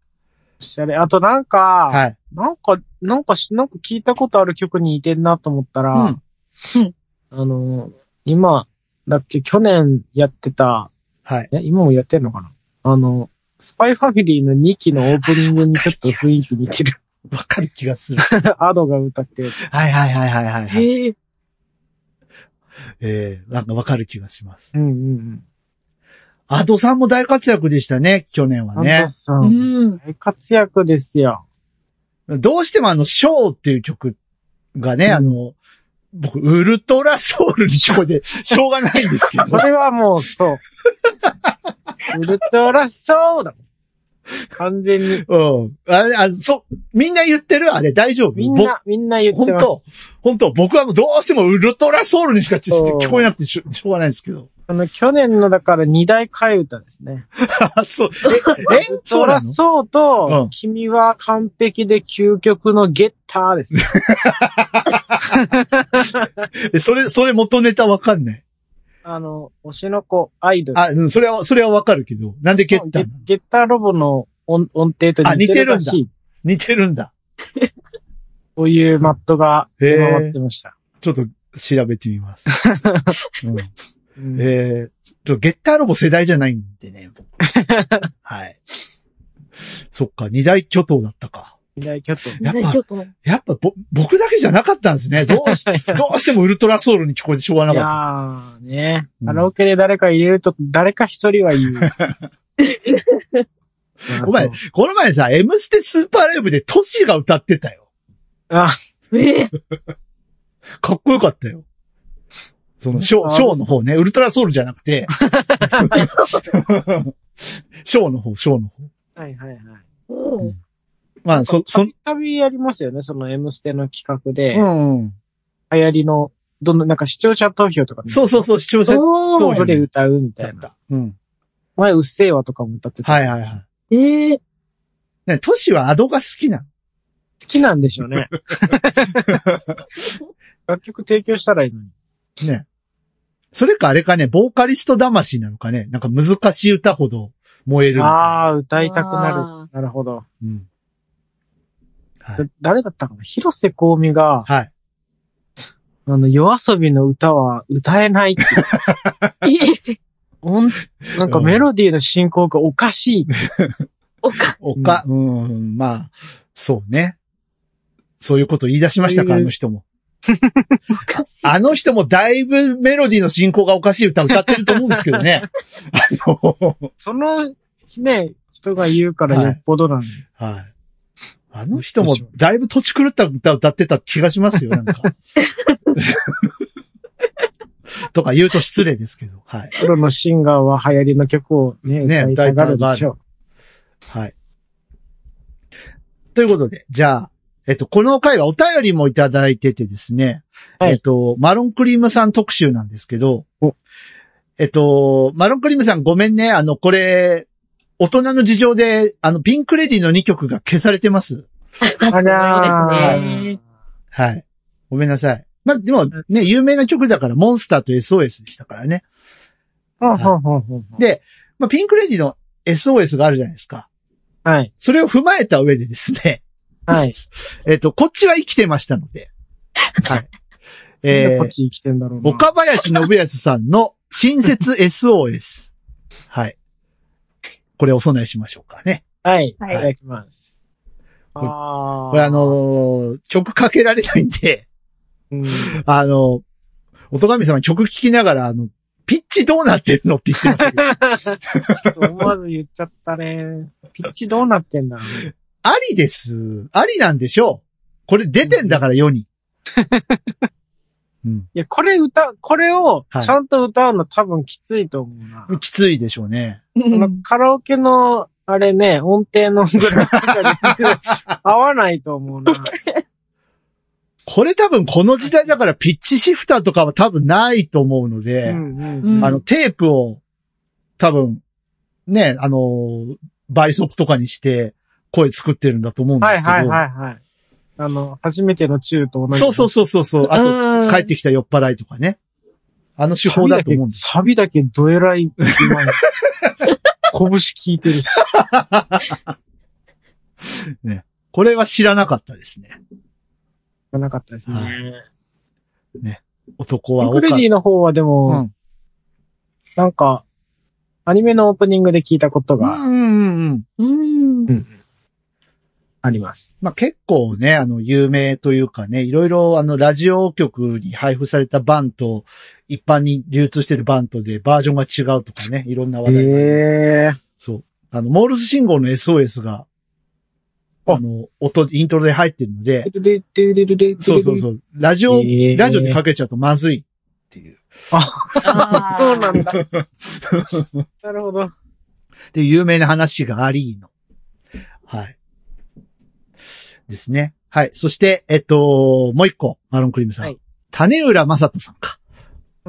Speaker 3: おしゃれ。あとなんか、
Speaker 1: はい。
Speaker 3: なんか、なんかし、なんか聞いたことある曲に似てんなと思ったら、
Speaker 1: うん
Speaker 2: うん
Speaker 3: あの、今、だっけ、去年やってた、
Speaker 1: はい。
Speaker 3: え、今もやってんのかなあの、スパイファミリーの2期のオープニングにちょっと雰囲気似てる。 (laughs)
Speaker 1: わかる気がする。
Speaker 3: アドが歌ってる。
Speaker 1: はいはいはいはいはい、はい。
Speaker 2: へえ。
Speaker 1: えー、なんかわかる気がします。
Speaker 3: うんうん
Speaker 1: アドさんも大活躍でしたね、去年
Speaker 3: う
Speaker 1: は
Speaker 3: ん。
Speaker 1: ね
Speaker 3: 安。藤さ、
Speaker 2: うんん。
Speaker 3: 大活躍ですよ。
Speaker 1: どうしてもあの、ショーっていう曲がね、
Speaker 3: うん
Speaker 1: あの、僕、ウルトラソウルに聞こえ
Speaker 3: (laughs)
Speaker 1: て、しょうがないんですけど
Speaker 3: そ。れはもう、そう。ウルトラソウだもん完全に。
Speaker 1: うん。あれ、あ、そう、みんな言ってるあれ、大丈夫
Speaker 3: みんな、みんな言っ
Speaker 1: 本
Speaker 3: てます。
Speaker 1: 当本当僕はもうどうしてもウルトラソウルにしかち
Speaker 3: そう
Speaker 1: 聞こえなくてしょしょうがないんですけど。 (laughs)
Speaker 3: あの、去年のだから二大替え歌ですね。
Speaker 1: あ、そう。え、
Speaker 3: (laughs)
Speaker 1: え
Speaker 3: ウル
Speaker 1: そ
Speaker 3: ト
Speaker 1: うな
Speaker 3: ラ
Speaker 1: の
Speaker 3: ソウと、
Speaker 1: うん
Speaker 3: 君は完璧で究極のゲッターですね。
Speaker 1: えそれ、それ元ネタわかんない。
Speaker 3: あの、推しの子、アイドル。
Speaker 1: あ、うん、それは、それはわかるけど。なんでゲッター
Speaker 3: ゲゲッターロボの音音程と似てるら
Speaker 1: あ
Speaker 3: し
Speaker 1: 似
Speaker 3: い。
Speaker 1: 似てるんだ。
Speaker 3: こういうマットが
Speaker 1: へー
Speaker 3: 出回ってました。
Speaker 1: ちょっと調べてみます。うん、
Speaker 3: うん
Speaker 1: えー、ちょ、ゲッターロボ世代じゃないんでね、
Speaker 3: (laughs)
Speaker 1: 僕。はい。そっか、二大巨頭だったか。
Speaker 3: 二大巨頭。
Speaker 1: やっぱ
Speaker 2: ちょっと、
Speaker 1: やっぱ、ぼ、僕だけじゃなかったんですね。どう
Speaker 3: (laughs)
Speaker 1: し、どうしてもウルトラソウルに聞こえてしょうがないか
Speaker 3: や
Speaker 1: った。
Speaker 3: ーね
Speaker 1: う、ん
Speaker 3: カラオケで誰か入れると、誰か一人は
Speaker 1: (laughs)
Speaker 3: 言う。
Speaker 1: ごめん
Speaker 3: そう
Speaker 1: この前さ、M ステスーパーライブでトシが歌ってたよ。
Speaker 3: あ、
Speaker 2: ええ。
Speaker 1: かっこよかったよ。その、ショー、
Speaker 3: あ
Speaker 1: ショーの方ね。ウルトラソウルじゃなく (laughs) て。ショーの方、ショーの方。
Speaker 3: はいはいはい。
Speaker 2: うん
Speaker 1: まあ、そ、そ、う
Speaker 3: たびたびやりますよね、その M ステの企画で、
Speaker 1: ん、うん。
Speaker 3: 流行りの、どんどんなんか視聴者投票とか、
Speaker 1: そうそうそう、視聴者
Speaker 2: お
Speaker 1: 投
Speaker 2: ー
Speaker 1: 票
Speaker 3: それ歌うみた
Speaker 1: だっ
Speaker 3: いな。
Speaker 1: た。うん。
Speaker 3: 前、うっせぇわとかも歌ってた。
Speaker 1: はいはいはい。
Speaker 2: ええ。
Speaker 1: ね、トシはアドが好きなの。
Speaker 3: 好きなんでしょ
Speaker 1: (laughs)
Speaker 3: うね。楽曲提供したらいいのに。
Speaker 1: ね。それかあれかね、ボーカリスト魂なのかね、なんか難しい歌ほど燃えるみたいな。
Speaker 3: ああ、歌いたくな
Speaker 2: あ
Speaker 3: る。なるほど。
Speaker 1: うん。は
Speaker 3: だ
Speaker 1: い。
Speaker 3: 誰だったかな広瀬香美が、
Speaker 1: はい。
Speaker 3: あの、夜遊びの歌は歌えない
Speaker 2: (laughs)
Speaker 3: って。
Speaker 2: ー。
Speaker 3: ほんなんかメロディーの進行がおかしい。
Speaker 2: おか、
Speaker 1: おか、うん、うんまあ、そうね。そういうこと言い出しましたか、
Speaker 3: え
Speaker 1: あ
Speaker 3: ー
Speaker 1: の人も。
Speaker 2: おかしい。
Speaker 1: あの人もだいぶメロディーの進行がおかしい歌歌ってると思うんですけどね。あの、
Speaker 3: その、ね、人が言うから
Speaker 1: はい
Speaker 3: よっぽどなんで。
Speaker 1: はい。あの人もだいぶ土地狂った歌歌ってた気がしますよ、なん (laughs) か。とか言うと失礼ですけど、はい。
Speaker 3: プロのシンガーは流行りの曲をね、
Speaker 1: ね
Speaker 3: 歌いたがるでしょう。
Speaker 1: はい。ということで、じゃあ、えっと、この回はお便りもいただいててですね、
Speaker 3: はい
Speaker 1: えっと、マロンクリームさん特集なんですけど
Speaker 3: お、
Speaker 1: えっと、マロンクリームさんごめんね、あの、これ、大人の事情で、あの、ピンクレディの2曲が消されてます。
Speaker 2: あ
Speaker 3: あ
Speaker 2: ら
Speaker 3: ら
Speaker 2: ー
Speaker 3: ー
Speaker 1: はい。ごめんなさい。まあ、でもね、有名な曲だから、モンスターと SOS でしたからね。
Speaker 3: ほんほんほんほんほん
Speaker 1: でまあ、ピンクレディの SOS があるじゃないですか。
Speaker 3: はい。
Speaker 1: それを踏まえた上でですね、
Speaker 3: はい。
Speaker 1: えっと、こっちは生きてましたので、
Speaker 3: (laughs)
Speaker 1: はい。
Speaker 3: なんで
Speaker 1: え
Speaker 3: こっ
Speaker 1: ー、
Speaker 3: ちに来てんだろうな。
Speaker 1: 岡林信康さんの新
Speaker 3: (laughs)
Speaker 1: 設 SOS。はい。これお供えしましょうかね。
Speaker 3: はい。い
Speaker 2: はい
Speaker 3: ただきます。
Speaker 1: これ
Speaker 3: あー
Speaker 1: これあ、のー曲かけられないんで、
Speaker 3: うん
Speaker 1: あのー、おとがみ様曲聴きながら、あの、ピッチどうなってるのって言ってましたけ
Speaker 3: (laughs)
Speaker 1: ど、
Speaker 3: 思わず言っちゃったね。ピッチどうなってんだろうね。
Speaker 1: ありです。ありなんでしょう。これ出てんだから世に。うん。
Speaker 3: いや、これ歌、これを
Speaker 1: はい
Speaker 3: ちゃんと歌うの多分きついと思うな。
Speaker 1: きついでしょうね。
Speaker 3: そのカラオケの、あれね、音程のぐらいと
Speaker 1: (laughs)
Speaker 3: かで合わないと思うな。
Speaker 1: これ多分この時代だからピッチシフターとかは多分ないと思うの
Speaker 3: う
Speaker 1: で、
Speaker 3: んうん
Speaker 2: うん
Speaker 1: あのテープを多分ね、あのー倍速とかにして声作ってるんだと思うんです
Speaker 3: は
Speaker 1: け
Speaker 3: い
Speaker 1: ど。
Speaker 3: はいはいはい。あの、初めてのチューと同じ。
Speaker 1: そうそうそうそうそう。あと、
Speaker 2: と
Speaker 1: 帰ってきた酔っ払いとかね。あの手法だと思うんです。
Speaker 3: サビだけサビだけどえらい、うまい拳効いてるし。
Speaker 1: これは知らなかったですね。
Speaker 3: なかったですね
Speaker 1: は。男は
Speaker 3: ピクレディの方はで
Speaker 1: う
Speaker 3: も、
Speaker 1: ん。
Speaker 3: なんか、アニメのオープニングで聞いたこと
Speaker 1: う
Speaker 3: が
Speaker 1: んうんうん。
Speaker 2: うん。
Speaker 3: あります。
Speaker 1: まあ、結構ね、あの、有名というかね、いろいろあの、ラジオ局に配布された版と、一般に流通してる版とでバージョンが違うとかね、いろんな話題があります。
Speaker 3: ええ
Speaker 1: そう。あの、モールス信号の SOS が、
Speaker 3: あ
Speaker 1: あの、音、イントロで入ってるので、
Speaker 3: ー。
Speaker 1: そうそうそう。ラジオ、
Speaker 3: へー
Speaker 1: ラジオでかけちゃうとまずいっていう。
Speaker 2: あー
Speaker 3: そうなん
Speaker 1: (laughs)
Speaker 3: だ。なるほど。
Speaker 1: で、有名な話がありの。はい。ですね。はい。そして、えっと、もう一個、マロンクリームさん。
Speaker 3: はい
Speaker 1: 種浦正人さんか。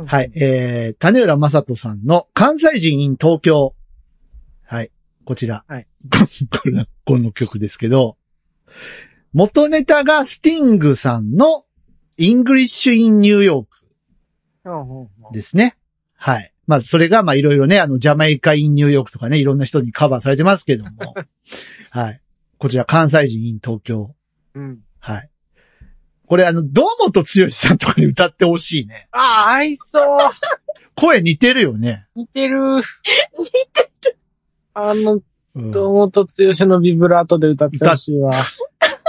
Speaker 1: はい。。えー、種浦正人さんの関西人 in 東京。はい。こちら。
Speaker 3: はい
Speaker 1: これ (laughs) この曲ですけど。元ネタがスティングさんのイングリッシュ in ニューヨーク。
Speaker 3: ほうほうほう
Speaker 1: ですね。はい。まあ、それが、まあ、いろいろね、あの、ジャマイカインニューヨークとかね、いろんな人にカバーされてますけど
Speaker 3: (laughs)
Speaker 1: も。はい。こちら、関西人 in 東京。
Speaker 3: うん。
Speaker 1: はい。これ、あの、堂本剛さんとかに歌ってほしいね。
Speaker 3: ああ、合いそう。
Speaker 1: 声似てるよね。
Speaker 3: 似てる。似てる。あの、
Speaker 1: うん。
Speaker 3: 堂本剛のビブラートで歌ってほしいわ。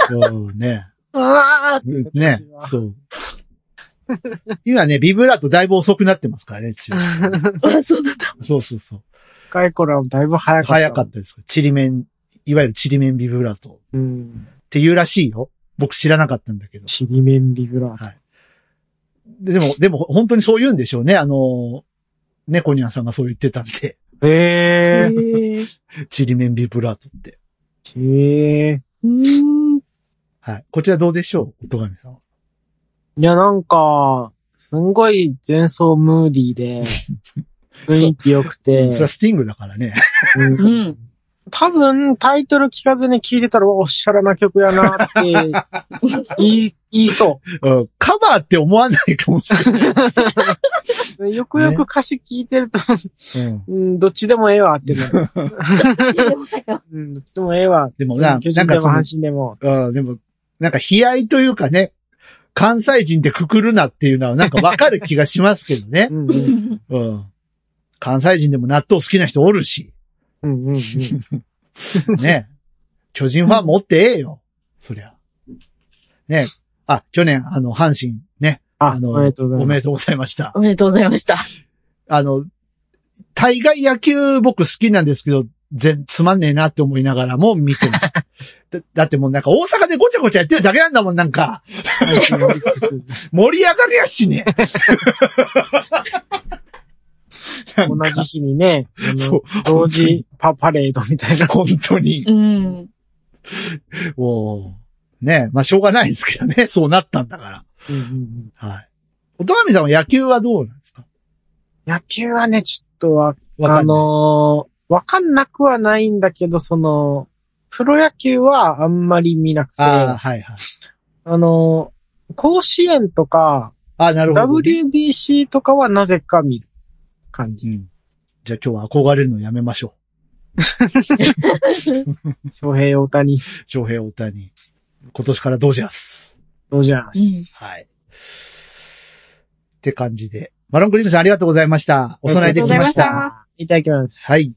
Speaker 1: うんね。
Speaker 3: ああ
Speaker 1: ね。そう。今ね、ビブラートだいぶ遅くなってますからね、
Speaker 3: (laughs)
Speaker 1: 剛さんね
Speaker 2: あそうなんだ。
Speaker 1: そうそうそう。
Speaker 3: 若い頃はだいぶ早かった。
Speaker 1: 早かったです。ちりめん、いわゆるちりめんビブラート
Speaker 3: た。うん。
Speaker 1: っていうらしいよ。僕知らなかったんだけど。
Speaker 3: ちりめんビブラート。
Speaker 1: ででも、でも本当にそう言うんでしょうね。あの、猫ニャンさんがそう言ってたんで、 (laughs)
Speaker 3: ええ
Speaker 2: へー
Speaker 1: ちりめんビブラートって。
Speaker 3: へえ。
Speaker 2: うーん。
Speaker 1: はい。こちらどうでしょうおとがみさんは。
Speaker 3: いや、なんか、すんごい前奏ムーディー
Speaker 1: (laughs)
Speaker 3: で、雰囲気良くて、
Speaker 1: それはスティングだからね。
Speaker 3: うん
Speaker 2: うん。
Speaker 3: 多分タイトル聞かずに聞いてたら、おっしゃらな曲やなって、
Speaker 1: (laughs)
Speaker 3: 言い、言いそ
Speaker 1: うん、カバーって思わないかもしれない。
Speaker 3: う。言よくよく歌詞聞いてると、 (laughs)
Speaker 1: うん。
Speaker 3: うん、どっちでもええわってな
Speaker 1: (laughs)
Speaker 3: る。うん、どっちでもええわ。
Speaker 1: でもな、
Speaker 3: 巨
Speaker 1: な
Speaker 3: 人
Speaker 1: ん
Speaker 3: で
Speaker 1: か
Speaker 3: も
Speaker 1: その
Speaker 3: 阪、神でも。
Speaker 1: あでも、なんか悲哀というかね、関西人でくくるなっていうのはなんかわかる気がしますけど
Speaker 3: (laughs)
Speaker 1: ね
Speaker 3: う。んうん
Speaker 1: うん。関西人でも納豆好きな人おるし、
Speaker 3: うんうんう
Speaker 1: (laughs)
Speaker 3: ん。
Speaker 1: ね。巨人ファン持ってええよ。そりゃ。ね。あ、去年、あの、阪神ね、
Speaker 3: あ
Speaker 1: あ、の
Speaker 3: おめでとうござ
Speaker 1: お
Speaker 3: いま
Speaker 1: め
Speaker 3: す。
Speaker 1: でとうございました。
Speaker 2: (laughs) おめでとうございました。
Speaker 1: あの、大概野球僕好きなんですけど、全、つまんねえなって思いながらも見てま
Speaker 3: (laughs)
Speaker 1: した。だだってもうなんか大阪でごちゃごちゃやってるだけなんだもん、なんか。
Speaker 3: 阪神オリックス
Speaker 1: 盛り上がりやしね。なん
Speaker 3: 同
Speaker 1: か
Speaker 3: じ日にね、あ
Speaker 1: そう
Speaker 3: の、同時パパレードみたい
Speaker 1: (laughs)
Speaker 3: な。
Speaker 1: 本当に。
Speaker 2: うん。
Speaker 1: もう、ねまあしょうがないですけどね。 (laughs) そうなったんだから。
Speaker 3: うんうんうん
Speaker 1: はい。おとがみさんは野球はどうなんですか
Speaker 3: 野球はね、ちょっとわ
Speaker 1: わかん
Speaker 3: あ
Speaker 1: ない。
Speaker 3: のーわかんなくはないんだけど、その、プロ野球はあんまり見なくて、
Speaker 1: ああ、
Speaker 3: あ
Speaker 1: はいはい。
Speaker 3: のー甲子園とか、
Speaker 1: ああ、なるほどね、
Speaker 3: WBC とかはなぜか見る感
Speaker 1: う
Speaker 3: じ。
Speaker 1: ん。じゃあ今日は憧れるのやめましょ
Speaker 3: 翔平大谷、
Speaker 1: う。翔平大谷。今年からドジャース。
Speaker 3: ドジャース。
Speaker 1: はい。って感じで。マロンクリームさんありがとうございました。お供えできまし。
Speaker 2: ありがとうございましたた
Speaker 3: いただきます。
Speaker 1: はい。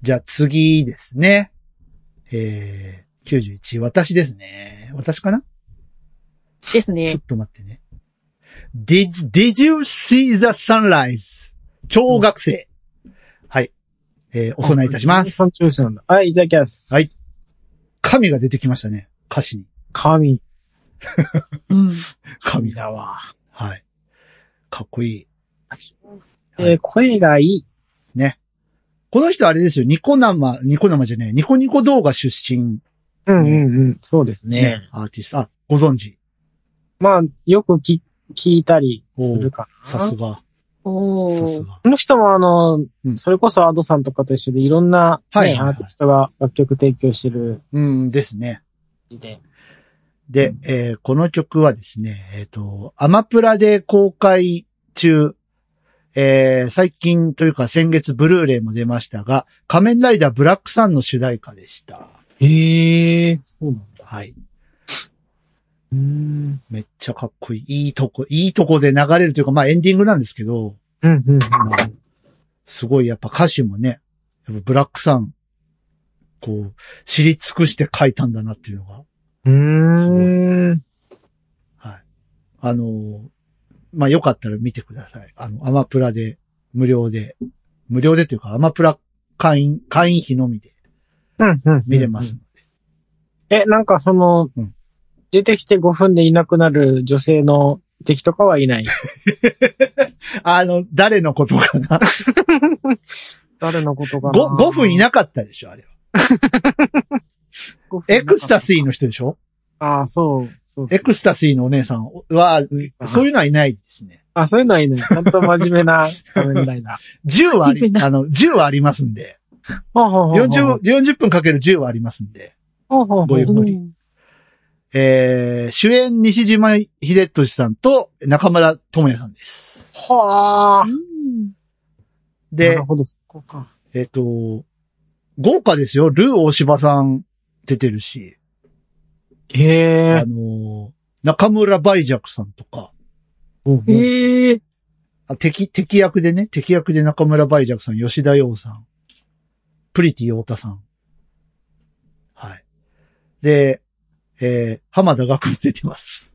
Speaker 1: じゃあ次ですね。えー、91。私ですね。私かな
Speaker 2: です
Speaker 1: ちょ
Speaker 2: ね
Speaker 1: っ。と待ってね。Did, did you see the sunrise? 超学生。はい。えー、お供えいたします。
Speaker 3: 尊重者なんだはい、いただきます。
Speaker 1: はい。神が出てきましたね。歌詞に。
Speaker 3: 神。
Speaker 2: うん。
Speaker 1: 神が。
Speaker 3: だわ。
Speaker 1: はい。かっこいい。
Speaker 3: えー声がいい。
Speaker 1: この人あれですよ。ニコ生、ニコ生じゃねえ。ニコニコ動画出身。
Speaker 3: うんうんうん。そうですね。
Speaker 1: ね。アーティスト。あ、ご存知。
Speaker 3: まあ、よくき聞いたりするかな。
Speaker 1: さすが。
Speaker 2: お
Speaker 1: さす
Speaker 2: ー。
Speaker 1: が。
Speaker 3: この人もあの、
Speaker 1: うん
Speaker 3: それこそアドさんとかと一緒でいろんな、ね
Speaker 1: はいはいはい
Speaker 3: アーティストが楽曲提供してる
Speaker 1: うん、ですね。
Speaker 3: で。
Speaker 1: で、えーこの曲はですね、えっ、と、アマプラで公開中、えー最近というか先月ブルーレイも出ましたが、仮面ライダーブラックさんの主題歌でした。
Speaker 3: へえ、そうなんだ。
Speaker 1: はい。
Speaker 3: うーん。
Speaker 1: めっちゃかっこいい。いいとこ、いいとこで流れるというか、まあエンディングなんですけど、
Speaker 3: うんうん。
Speaker 1: すごいやっぱ歌詞もね、やっぱブラックさん、こう、知り尽くして書いたんだなっていうのが
Speaker 3: うん。うーん。
Speaker 1: はい。あのーまあ、よかったら見てください。あの、アマプラで、無料で、無料でというか、アマプラ会員、会員費のみで
Speaker 3: うんうん。
Speaker 1: 見れます。。
Speaker 3: え、なんかその、
Speaker 1: うん
Speaker 3: 出てきて5分でいなくなる女性の敵とかは
Speaker 1: (laughs)
Speaker 3: いない。
Speaker 1: あの、誰のことかな
Speaker 3: 誰のことかな
Speaker 1: 5, 5分いなかったでしょ、あれは。
Speaker 3: 5分いな
Speaker 1: エクスタシー
Speaker 3: の。
Speaker 1: の人でしょ
Speaker 3: ああ、そう。そう
Speaker 1: エクスタシーのお姉さんは、そういうのはいないですね。
Speaker 3: あ、そういうのはいいね。ちゃんと真面目な仮面ライダー。
Speaker 1: (laughs) 10はあり
Speaker 2: 真
Speaker 3: (laughs)
Speaker 2: 面目、な
Speaker 1: あの、10はありますんで、
Speaker 3: ほうほうほうほう
Speaker 1: 40、40分かける10はありますんで、
Speaker 3: ほうほうほ
Speaker 1: ご
Speaker 3: う
Speaker 1: ゆっくり。
Speaker 2: うん
Speaker 1: えー、主演西島秀俊さんと中村智也さんです。
Speaker 3: は
Speaker 2: う
Speaker 3: あ。
Speaker 2: ん
Speaker 1: で、
Speaker 3: なるほど、そこか。
Speaker 1: えっと、豪華ですよ。ルー大柴さん出てるし、
Speaker 3: へえ
Speaker 1: あ。の、中村梅若さんとか、
Speaker 3: うん
Speaker 2: ええ。
Speaker 1: あ敵、敵役でね、敵役で中村梅若さん、吉田洋さん、プリティ太田さん。はい。で、えー、浜田学も出てます。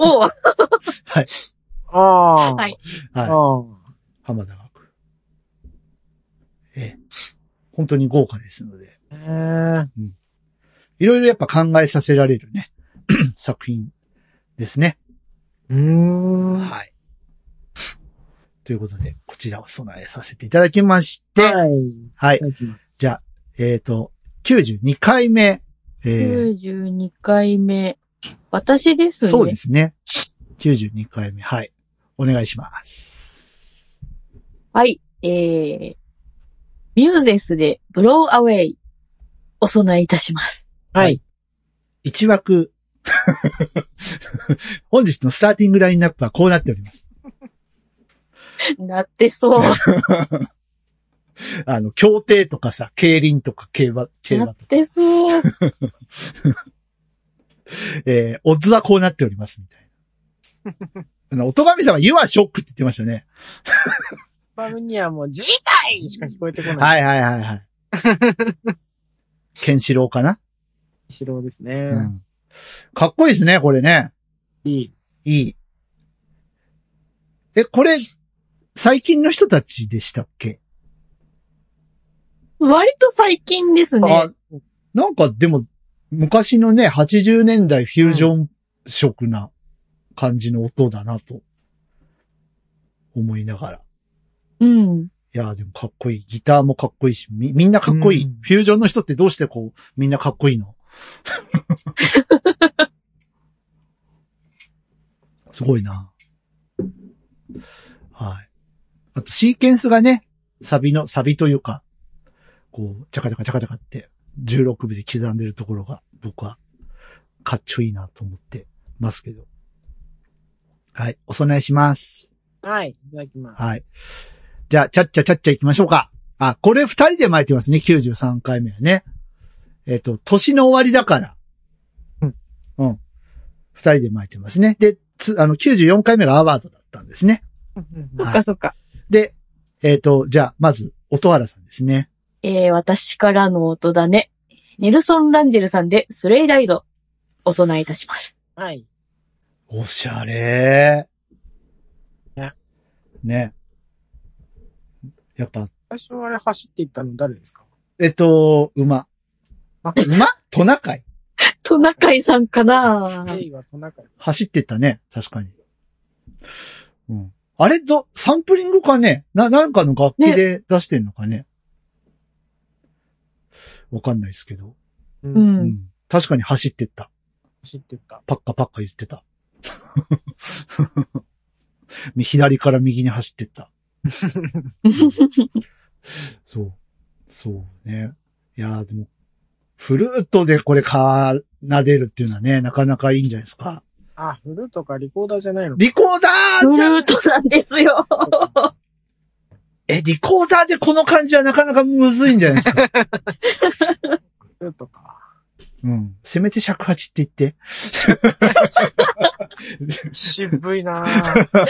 Speaker 2: おー
Speaker 3: ああ。
Speaker 2: はい
Speaker 1: はい。
Speaker 3: あ
Speaker 1: 浜田学。えー、本当に豪華ですので、
Speaker 3: あ。へえ。
Speaker 1: いろいろやっぱ考えさせられるね、 (clears throat) 作品ですね。
Speaker 3: うーん。は
Speaker 1: はい。ということで、こちらを備えさせていただきまして、はい。
Speaker 3: い。いただきます
Speaker 1: じゃあ、えっ、と、92回目、えー
Speaker 2: 92回目。私ですね。
Speaker 1: そうですね。92回目、はい。お願いします。
Speaker 2: はい。えー、ミューゼスでブローアウェイお供えいたします。
Speaker 3: はい。
Speaker 1: 1枠。 (laughs) 本日のスターティングラインナップはこうなっております。
Speaker 2: なってそう。
Speaker 1: あの、競艇とかさ、競輪とか競馬、競
Speaker 2: (laughs) な
Speaker 1: 馬
Speaker 2: っ
Speaker 1: とか、
Speaker 2: てそう。
Speaker 1: えー、オッズはこうなっております、みたいな。あの、おとがみ様、You are shocked って言ってましたね。
Speaker 3: バルにはもう、自体しか聞こえてこない。
Speaker 1: (laughs) はいはいはいはい。ケンシロウかな、
Speaker 3: 後ろですね。
Speaker 1: うん。かっこいいですね、これね。
Speaker 3: いい。
Speaker 1: いい。え、これ、最近の人たちでしたっけ、
Speaker 2: 割と最近ですね
Speaker 1: あ。、なんかでも、昔のね、80年代フュージョン色な感じの音だなと、思いながら。い
Speaker 2: うん。
Speaker 1: やーでもかっこいい。ギターもかっこいいし、み、みんなかっこいい。
Speaker 3: うん
Speaker 1: フュージョンの人ってどうしてこう、みんなかっこい
Speaker 3: (laughs)
Speaker 1: いのすごいな。はい。あと、シーケンスがね、サビの、サビというか、こう、チャカチャカチャカチャカって、16部で刻んでるところが、僕は、かっちょいいなと思ってますけど。はい。お供えします。
Speaker 3: はい、いただきます。
Speaker 1: はい。じゃあ、ちゃっちゃちゃっちゃ行きましょうか。あ、これ二人で巻いてますね、93回目はね。えっ、と、年の終わりだから。
Speaker 3: うん。
Speaker 1: うん。二人で巻いてますね。で、つ、あの、94回目がアワードだったんですね。
Speaker 2: そ
Speaker 1: は
Speaker 2: っ
Speaker 1: い
Speaker 2: かそっか。
Speaker 1: で、えっ、と、じゃあ、まず、音原さんですね。
Speaker 2: えー、私からの音だね。ネルソン・ランジェルさんでスレイライド、お供えいたします。
Speaker 3: はい。
Speaker 1: おしゃれー。
Speaker 3: ね。
Speaker 1: ね。やっぱ、
Speaker 3: 最初あれ走っていったの誰ですか
Speaker 1: えっ、と、馬。
Speaker 3: あ
Speaker 1: 馬トナカイ。
Speaker 2: トナカイさんかな
Speaker 3: レイはトナカイ。
Speaker 1: 走ってったね、確かに。うん。あれど、サンプリングかねな、なんかの楽器で出してんのかねわかんないですけど、
Speaker 3: う
Speaker 2: う。。
Speaker 1: うんん。確かに走ってった。
Speaker 3: 走っていった。
Speaker 1: パッカパッカ言って (laughs) た。左から右に走って (laughs) った。そう。そうね。いやーでも、フルートでこれ奏でるっていうのはね、なかなかいいんじゃないですか。
Speaker 3: あ、フルートかリコーダーじゃないのか。
Speaker 1: リコーダー
Speaker 2: フ
Speaker 1: じゃん
Speaker 2: ルートなんですよ。
Speaker 1: え、リコーダーでこの感じはなかなかむずいんじゃないですか。
Speaker 3: フルートか。
Speaker 1: (laughs) うん。せめて尺八って (laughs) 言っ
Speaker 3: 渋いなぁ。
Speaker 1: て。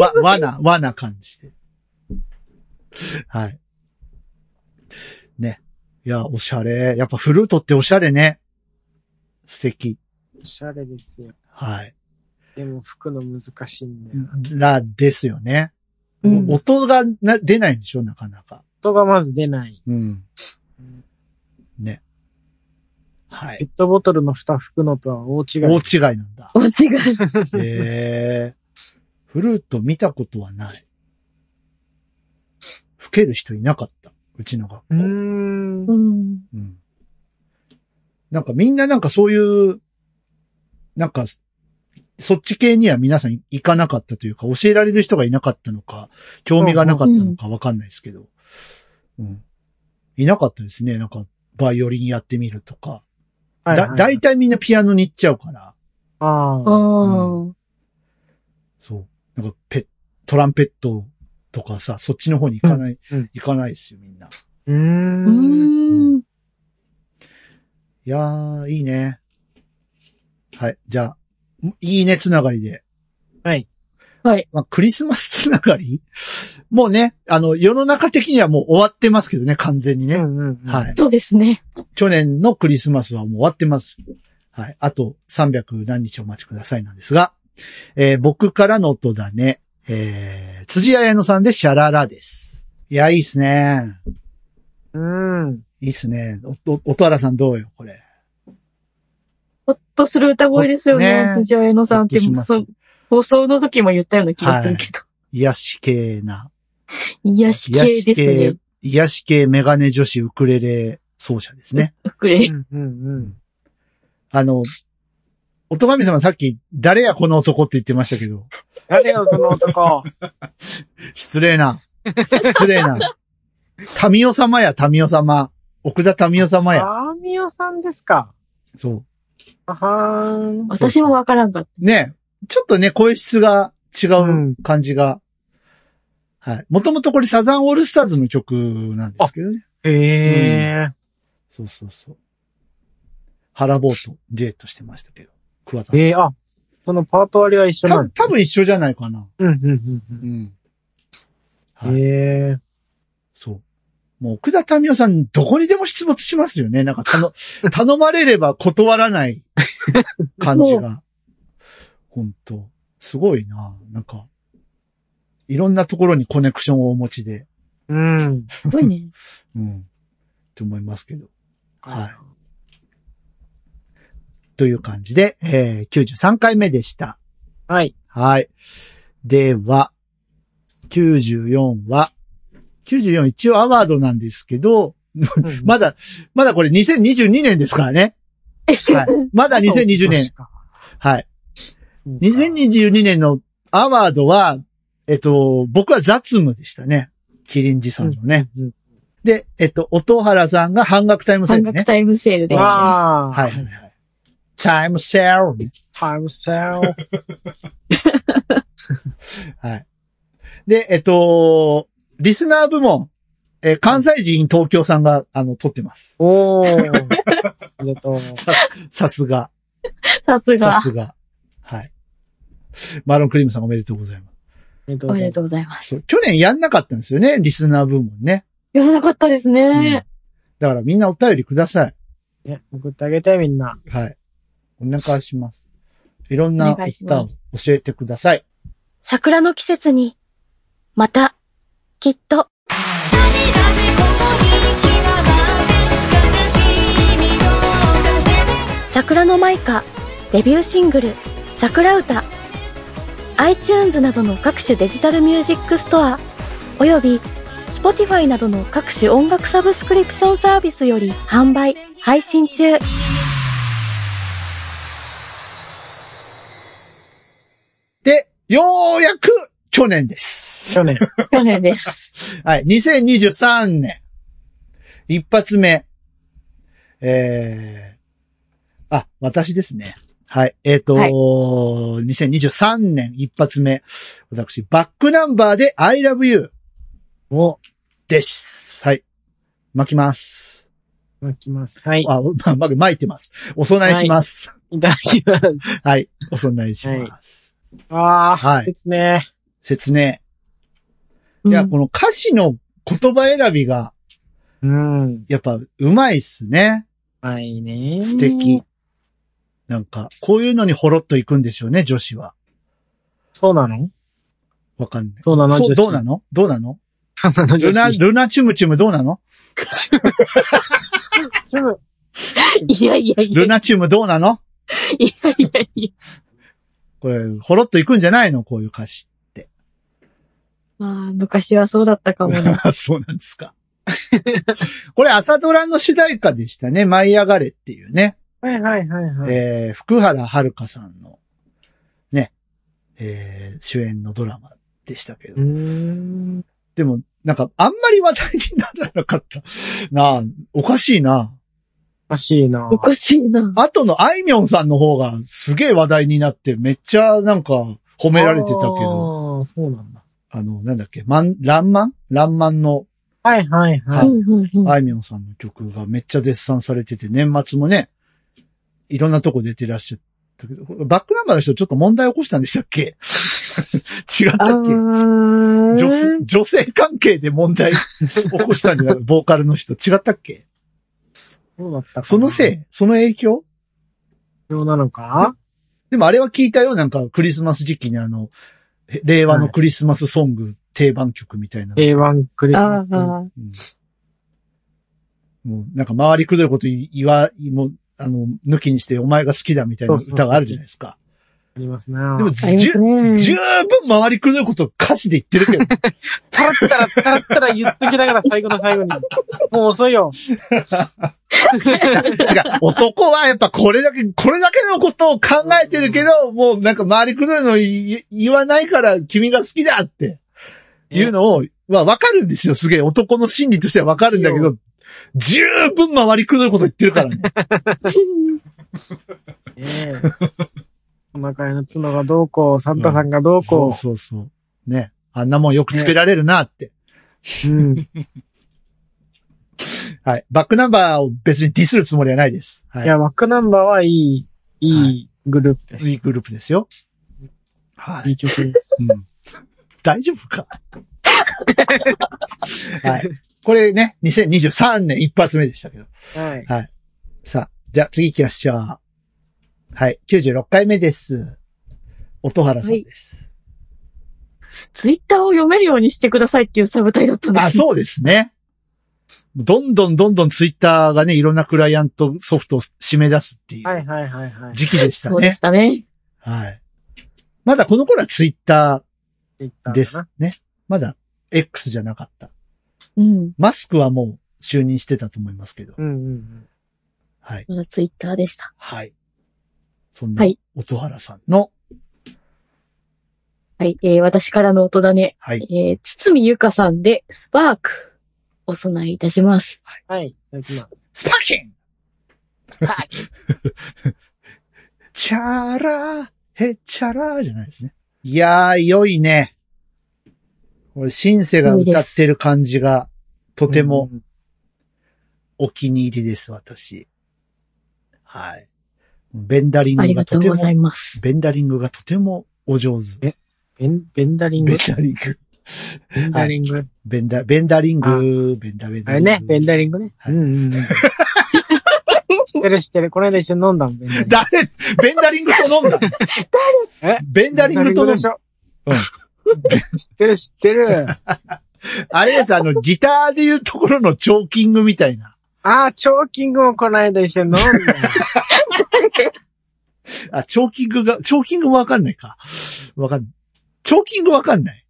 Speaker 1: わ、わな、わな感じで。はい。ね。いや、おしゃれ。やっぱフルートっておしゃれね。素敵。
Speaker 3: おしゃれですよ。
Speaker 1: はい。
Speaker 3: でも吹くの難しいんだよ。
Speaker 1: ら、ですよね。
Speaker 2: うん
Speaker 1: 音がな出ないんでしょ、なかなか。
Speaker 3: 音がまず出ない。
Speaker 1: うん。ね。はい
Speaker 3: ペ。ットボトルの蓋吹くのとは大違い。
Speaker 1: 大違いなんだ。
Speaker 2: お違い。
Speaker 1: へえ。フルート見たことはない。吹ける人いなかった。うちの学校。
Speaker 3: うーん
Speaker 2: う。ん。
Speaker 1: うんなんかみんななんかそういう、なんか、そっち系には皆さん行かなかったというか、教えられる人がいなかったのか、興味がなかったのかわかんないですけど、うん。いなかったですね。なんか、バイオリンやってみるとか。
Speaker 3: はいはい
Speaker 1: だ、大体みんなピアノに行っちゃうから。
Speaker 3: あ
Speaker 2: あ
Speaker 3: あ。
Speaker 2: ー
Speaker 1: そう。なんか、ペトランペットとかさ、そっちの方に行かない、
Speaker 3: うんうん
Speaker 1: 行かないですよ、みんな。
Speaker 3: うー。
Speaker 2: うんん。
Speaker 1: いやー、いいね。はい、じゃあ、いいねつながりで。
Speaker 3: はい。
Speaker 2: はい。
Speaker 1: まあ、クリスマスつながりもうね、あの、世の中的にはもう終わってますけどね、完全に
Speaker 3: う
Speaker 1: ね。
Speaker 3: んうんうん。
Speaker 1: はい。
Speaker 2: そうですね。
Speaker 1: 去年のクリスマスはもう終わってます。はい。あと300何日お待ちくださいなんですが、えー僕からの音だね。えー、辻彩乃さんでシャララです。いや、いいっすね。
Speaker 3: うん。
Speaker 1: いいっすね。お、お、音原さんどうよ、これ。
Speaker 2: ほっとする歌声ですよ
Speaker 1: ね
Speaker 2: ね。辻彩乃さんって
Speaker 1: ほっとします
Speaker 2: そう放送の時も言ったような気がするけど。
Speaker 1: 癒し系な。
Speaker 2: 癒し系ですね。
Speaker 1: 癒し系メガネ女子ウクレレ奏者ですね。
Speaker 2: くれ
Speaker 3: う。んうん
Speaker 1: あの、おとがみ様さっき、誰やこの男って言ってましたけど、
Speaker 3: 誰よ、その男。
Speaker 1: 失礼な。失礼な。民オ様や、民オ様。奥田民オ様や。
Speaker 3: アーミオさんですか。
Speaker 1: そう。
Speaker 3: あはーん。
Speaker 2: 私もわからんかった。
Speaker 1: ねちょっとね、声質が違う感じが。はい。もともとこれサザンオールスターズの曲なんですけどね。
Speaker 3: へえ。
Speaker 1: そうそうそう。腹棒とデートしてましたけど。桑田さん。
Speaker 3: ええ、あ、そのパート割りは一緒
Speaker 1: 多
Speaker 3: なん
Speaker 1: 分
Speaker 3: ですか
Speaker 1: 多分一緒じゃないかな。
Speaker 3: うんうん
Speaker 1: う。
Speaker 3: うん
Speaker 1: は
Speaker 3: んう
Speaker 1: い。
Speaker 3: ん。へえ。
Speaker 1: そう。もう、奥田民生さん、どこにでも出没しますよね。なんか、頼、頼まれれば断らない感じが。本当すごいな。なんか、いろんなところにコネクションをお持ちで、
Speaker 3: うん。
Speaker 2: すご
Speaker 1: (laughs)
Speaker 2: いね。
Speaker 1: うん。って思いますけど。はい。という感じで、えー、93回目でした。
Speaker 3: はい。
Speaker 1: はい。では、94は、94一応アワードなんですけど、 (laughs) まだ、まだこれ2022年ですからね。はい。ま
Speaker 3: (laughs)
Speaker 1: だ2020年。はい。
Speaker 3: そうか。
Speaker 1: 2022年のアワードは、えっと、僕は雑務でしたね。キリンジさんのね。
Speaker 3: うんうん
Speaker 1: で、えっと、音原さんが半額タイムセー
Speaker 2: 半
Speaker 1: ルね
Speaker 2: 額。タイムセールで。は
Speaker 3: わあ。
Speaker 1: はいはいはい。タイムセールね。
Speaker 3: タイムセール。
Speaker 1: はい。で、えっと、リスナー部門、えー関西人東京さんが、あの、撮ってます。
Speaker 3: お
Speaker 1: (laughs)
Speaker 3: ー。ありがとう。
Speaker 1: さすが。
Speaker 2: いさす
Speaker 1: さ
Speaker 2: が。
Speaker 1: すが。はい。マロンクリームさんおめでとうございま
Speaker 3: おめでとう
Speaker 2: お
Speaker 3: ござ
Speaker 2: め
Speaker 3: い
Speaker 2: で
Speaker 3: ます。
Speaker 2: とうございます。
Speaker 1: す。そう、去年やんなかったんですよね、リスナー部門ね。
Speaker 2: やらなかったです
Speaker 1: うん
Speaker 2: ね。
Speaker 1: だからみんなお便りくださ
Speaker 3: ね送ってあげてみんな。
Speaker 1: い。はい。お願いします。いろんな
Speaker 2: お願いし
Speaker 1: 歌
Speaker 2: ま
Speaker 1: を
Speaker 2: す
Speaker 1: 教えてください。
Speaker 4: 桜の季節に、また、きっと、桜のマイカ、デビューシングル、桜歌、iTunes などの各種デジタルミュージックストア、および Spotify などの各種音楽サブスクリプションサービスより販売、配信中。
Speaker 1: で、ようやく去年です。
Speaker 3: 去年。
Speaker 2: 去年です。
Speaker 1: はい。2023年。一発目。えー、あ、私ですね。はい。えっ、と
Speaker 2: はい
Speaker 1: 2023年一発目。私、バックナンバーで I love you
Speaker 3: を
Speaker 1: です。はい。巻きます。
Speaker 3: 巻きます。はい。
Speaker 1: あ、ま、ま、巻いてます。お供えします。
Speaker 3: いただきます。
Speaker 1: (laughs) はい。お供えします。
Speaker 3: ああ、
Speaker 1: はい
Speaker 3: ですね。
Speaker 1: 説明。い
Speaker 2: うん
Speaker 1: や、この歌詞の言葉選びが、
Speaker 3: うん。
Speaker 1: やっぱ、うまいっすね。
Speaker 3: はいね。
Speaker 1: 素敵。なんか、こういうのにほろっと行くんでしょうね、女子は。
Speaker 3: そうなの
Speaker 1: わかんない。
Speaker 3: そうなの
Speaker 1: そう、どうな
Speaker 3: の
Speaker 1: のどうなの
Speaker 3: そうなの
Speaker 1: ル
Speaker 3: 女
Speaker 1: ナ、
Speaker 3: 子
Speaker 1: ルナチュムチュムどうなの
Speaker 3: ちょっと
Speaker 2: いやいやいや
Speaker 1: ル。ナチュムどうなの
Speaker 2: いやいやいや。
Speaker 1: これ、ほろっと行くんじゃないのこういう歌詞。 (laughs)
Speaker 2: まあ、昔はそうだったかもな。
Speaker 1: そうなんですか。これ、朝ドラの主題歌でしたね。舞い上がれっていうね。
Speaker 3: はいはいはいはい。
Speaker 1: えー、福原遥さんの、ね、えー、主演のドラマでしたけど
Speaker 3: うー。ん。
Speaker 1: でも、なんか、あんまり話題にならなかった。 (laughs) なあ、おかしいな。
Speaker 3: おかしいな
Speaker 2: お。かしいな。
Speaker 1: 後のあいみょんさんの方がすげえ話題になって、めっちゃなんか褒められてたけど、
Speaker 3: ああ、そうなんだ。
Speaker 1: あの、なんだっけ、まん、らんまんらんまんの
Speaker 3: はいはいは
Speaker 2: う
Speaker 3: い。
Speaker 2: んうんうん。
Speaker 1: あいみょんさんの曲がめっちゃ絶賛されてて、年末もね、いろんなとこ出てらっしゃったけど、これバックナンバーの人ちょっと問題起こしたんでしたっけ (laughs) 違ったっけ
Speaker 2: 女
Speaker 1: 女性女性関係で問
Speaker 2: (laughs)
Speaker 1: 題起こしたんじゃないボーカルの人違ったっけ
Speaker 3: そうだったかな
Speaker 1: そのせいその影響
Speaker 3: そうなのか
Speaker 1: でもあれは聞いたよ、なんかクリスマス時期にあの、へ令和のクリスマスソング定番曲みたいな。
Speaker 3: 定番クリス
Speaker 2: あ
Speaker 3: マス。
Speaker 2: あ、
Speaker 1: うんもうなんか周りくどいこと言わ、もう、あの、抜きにしてお前が好きだみたいな歌があるじゃないですか。
Speaker 3: ありますね。
Speaker 1: でも、
Speaker 2: あり
Speaker 1: じゅ
Speaker 2: ます
Speaker 1: 十
Speaker 2: ね。
Speaker 1: 分周りくどいこと歌詞で言ってるけど、
Speaker 3: タラッタラッタラッタラ言っときながら最後の最後に。もう遅いよ。
Speaker 1: 違う。男はやっぱこれだけ、これだけのことを考えてるけど、もうなんか周りくどいの言言わないから君が好きだって。いうのを、まあわかるんですよ。すげえ男の心理としてはわかるんだけど、十分回りくどいこと言ってるからね。
Speaker 3: ねえ。お腹への角がどうこう、サンタさんがどう
Speaker 1: そ
Speaker 3: こ
Speaker 1: うそうそう。ね。あんなもんよくつけられるなって。
Speaker 3: うん。
Speaker 1: はい。バックナンバーを別にディスるつもりはないです。はい
Speaker 3: い。や、バックナンバーはいい、
Speaker 1: はい
Speaker 3: いグループです。
Speaker 1: いいグループですよ。はい
Speaker 3: い
Speaker 1: い。
Speaker 3: 曲です。
Speaker 1: うん、大丈夫か (laughs) はい。これね、2023年一発目でしたけど。
Speaker 3: はい。
Speaker 1: さあ、じゃあ次行きましょう。はい。96回目です。音原さんです。
Speaker 2: ツイッターを読めるようにしてくださいっていうサブタイだったんです。
Speaker 1: あ、そうですね。どんどんどんどんツイッターがね、いろんなクライアントソフトを締め出すってい
Speaker 3: はいうはいはいはい。
Speaker 1: 時期でした
Speaker 2: そうで
Speaker 1: ね
Speaker 2: し。たね。
Speaker 1: はい。まだこの頃はツイッタ
Speaker 3: 言った
Speaker 1: ー
Speaker 3: んだ
Speaker 1: で
Speaker 3: な
Speaker 1: す。ね。まだ X じゃなかった。
Speaker 2: うん。
Speaker 1: マスクはもう就任してたと思いますけど。
Speaker 3: うんうんうん。
Speaker 1: はい。
Speaker 2: まだツイッターでした。
Speaker 1: はい。そんな
Speaker 2: はい、
Speaker 1: 音原さんの、
Speaker 2: はい。えー、私からの音だね。
Speaker 1: はい。
Speaker 2: えー、つつみゆかさんで、スパーク、お供えいたします。
Speaker 3: はい。いただきます。
Speaker 1: スパーキング
Speaker 2: はい。
Speaker 1: チャラ、へチャラじゃないですね。いやー、良いね。これ、シンセが歌ってる感じが、とても
Speaker 3: うん。
Speaker 1: お気に入りです、私。はい。ベンダリン
Speaker 2: あ
Speaker 1: グ
Speaker 2: り
Speaker 1: が
Speaker 2: が
Speaker 1: と
Speaker 2: とう
Speaker 1: て
Speaker 2: ご
Speaker 1: も、
Speaker 2: ざいます。
Speaker 1: ベンダリングがとてもお上手。
Speaker 3: ベン、ベンダリン
Speaker 1: ベン
Speaker 3: グ。
Speaker 1: ダリング。
Speaker 3: ベンダリング。
Speaker 1: ベンダ、ベンダリング、ベンダベン
Speaker 3: あ
Speaker 1: ダリ
Speaker 3: れ
Speaker 1: ング。
Speaker 3: ね、ベンダリングね。
Speaker 1: は
Speaker 3: う
Speaker 1: い
Speaker 3: んうんうん。知ってる知ってる。この間一緒に飲んだもん、ベンダリング。
Speaker 1: 誰、ベンダリングと飲んだ
Speaker 3: え
Speaker 1: ベンダリングと飲
Speaker 3: で
Speaker 1: ん
Speaker 3: し
Speaker 1: だ。
Speaker 3: ょ。知ってる知ってる。
Speaker 1: あれです、あの、ギターでいうところのチョーキングみたいな。
Speaker 3: ああ、チョーキングもこの間一緒に飲んだよ。
Speaker 1: あ、チョーキングが、チョーキングもわかんないか。わかんない。チョーキングわかんない。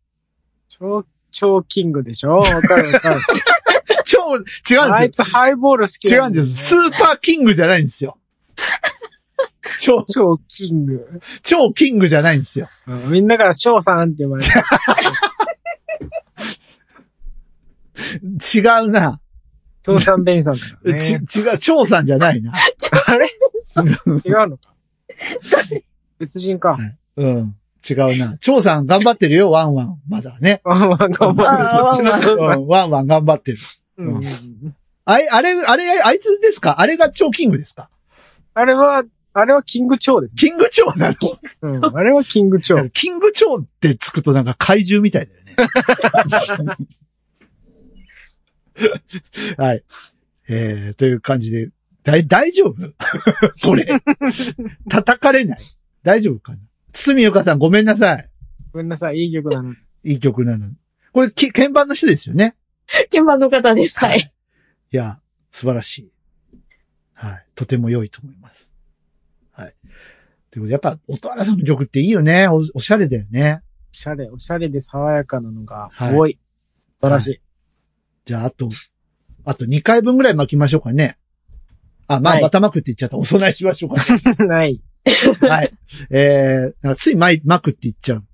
Speaker 3: チョー、チョーキングでしょわかるわかる。
Speaker 1: チョー、違
Speaker 3: あ
Speaker 1: うん
Speaker 3: い
Speaker 1: で
Speaker 3: つハイボール好き
Speaker 1: すよ。違う
Speaker 3: なんん
Speaker 1: で
Speaker 3: だよ
Speaker 1: す。スーパーキングじゃないんですよ。チョー、
Speaker 3: チョーキング。
Speaker 1: チョーキングじゃないんですよ。
Speaker 3: うんみんなからチョーさんって呼ばれてる。
Speaker 1: 違うな。
Speaker 3: チョーさんベンさんだからね。
Speaker 1: ち、違う、チョーさんじゃないな。
Speaker 3: あれ違うのか。別人か。
Speaker 1: うん。違うな。チョーさん頑張ってるよ、ワンワン。まだね。
Speaker 3: ワンワン頑張って、そっちのチ
Speaker 1: う
Speaker 3: ョーさん。
Speaker 1: ん、ワンワン頑張ってる。
Speaker 3: うんうんうん
Speaker 1: あれ、あれ、あれ、あいつですかあれがチョーキングですか
Speaker 3: あれは、あれはキングチョーです。
Speaker 1: キングチョーなの
Speaker 3: うん。あれはキングチョー。
Speaker 1: キングチョーってつくとなんか怪獣みたいだよね。 (laughs) はい。えー、という感じで、だい、大丈夫 (laughs) これ。叩かれない大丈夫かな堤ゆかさんごめんなさい。
Speaker 3: ごめんなさい、いい曲なの。
Speaker 1: いい曲なのに。これ、き鍵盤の人ですよね。
Speaker 2: 鍵盤の方です。はい。。
Speaker 1: (laughs) いや、素晴らしい。はい。とても良いと思います。はい。ということで、やっぱ、音原さんの曲っていいよね。おおしゃれだよね。
Speaker 3: おしゃれ、おしゃれで爽やかなのが
Speaker 1: はい
Speaker 3: 多い。素晴らしい。
Speaker 1: じゃあ、あと、あと2回分ぐらい巻きましょうかね。あ、まあ、
Speaker 3: はい
Speaker 1: また巻くって言っちゃった。お供えしましょうか、ね。
Speaker 3: ない。 (laughs)
Speaker 1: はい。えー、なんかつい巻い巻くって言っちゃう。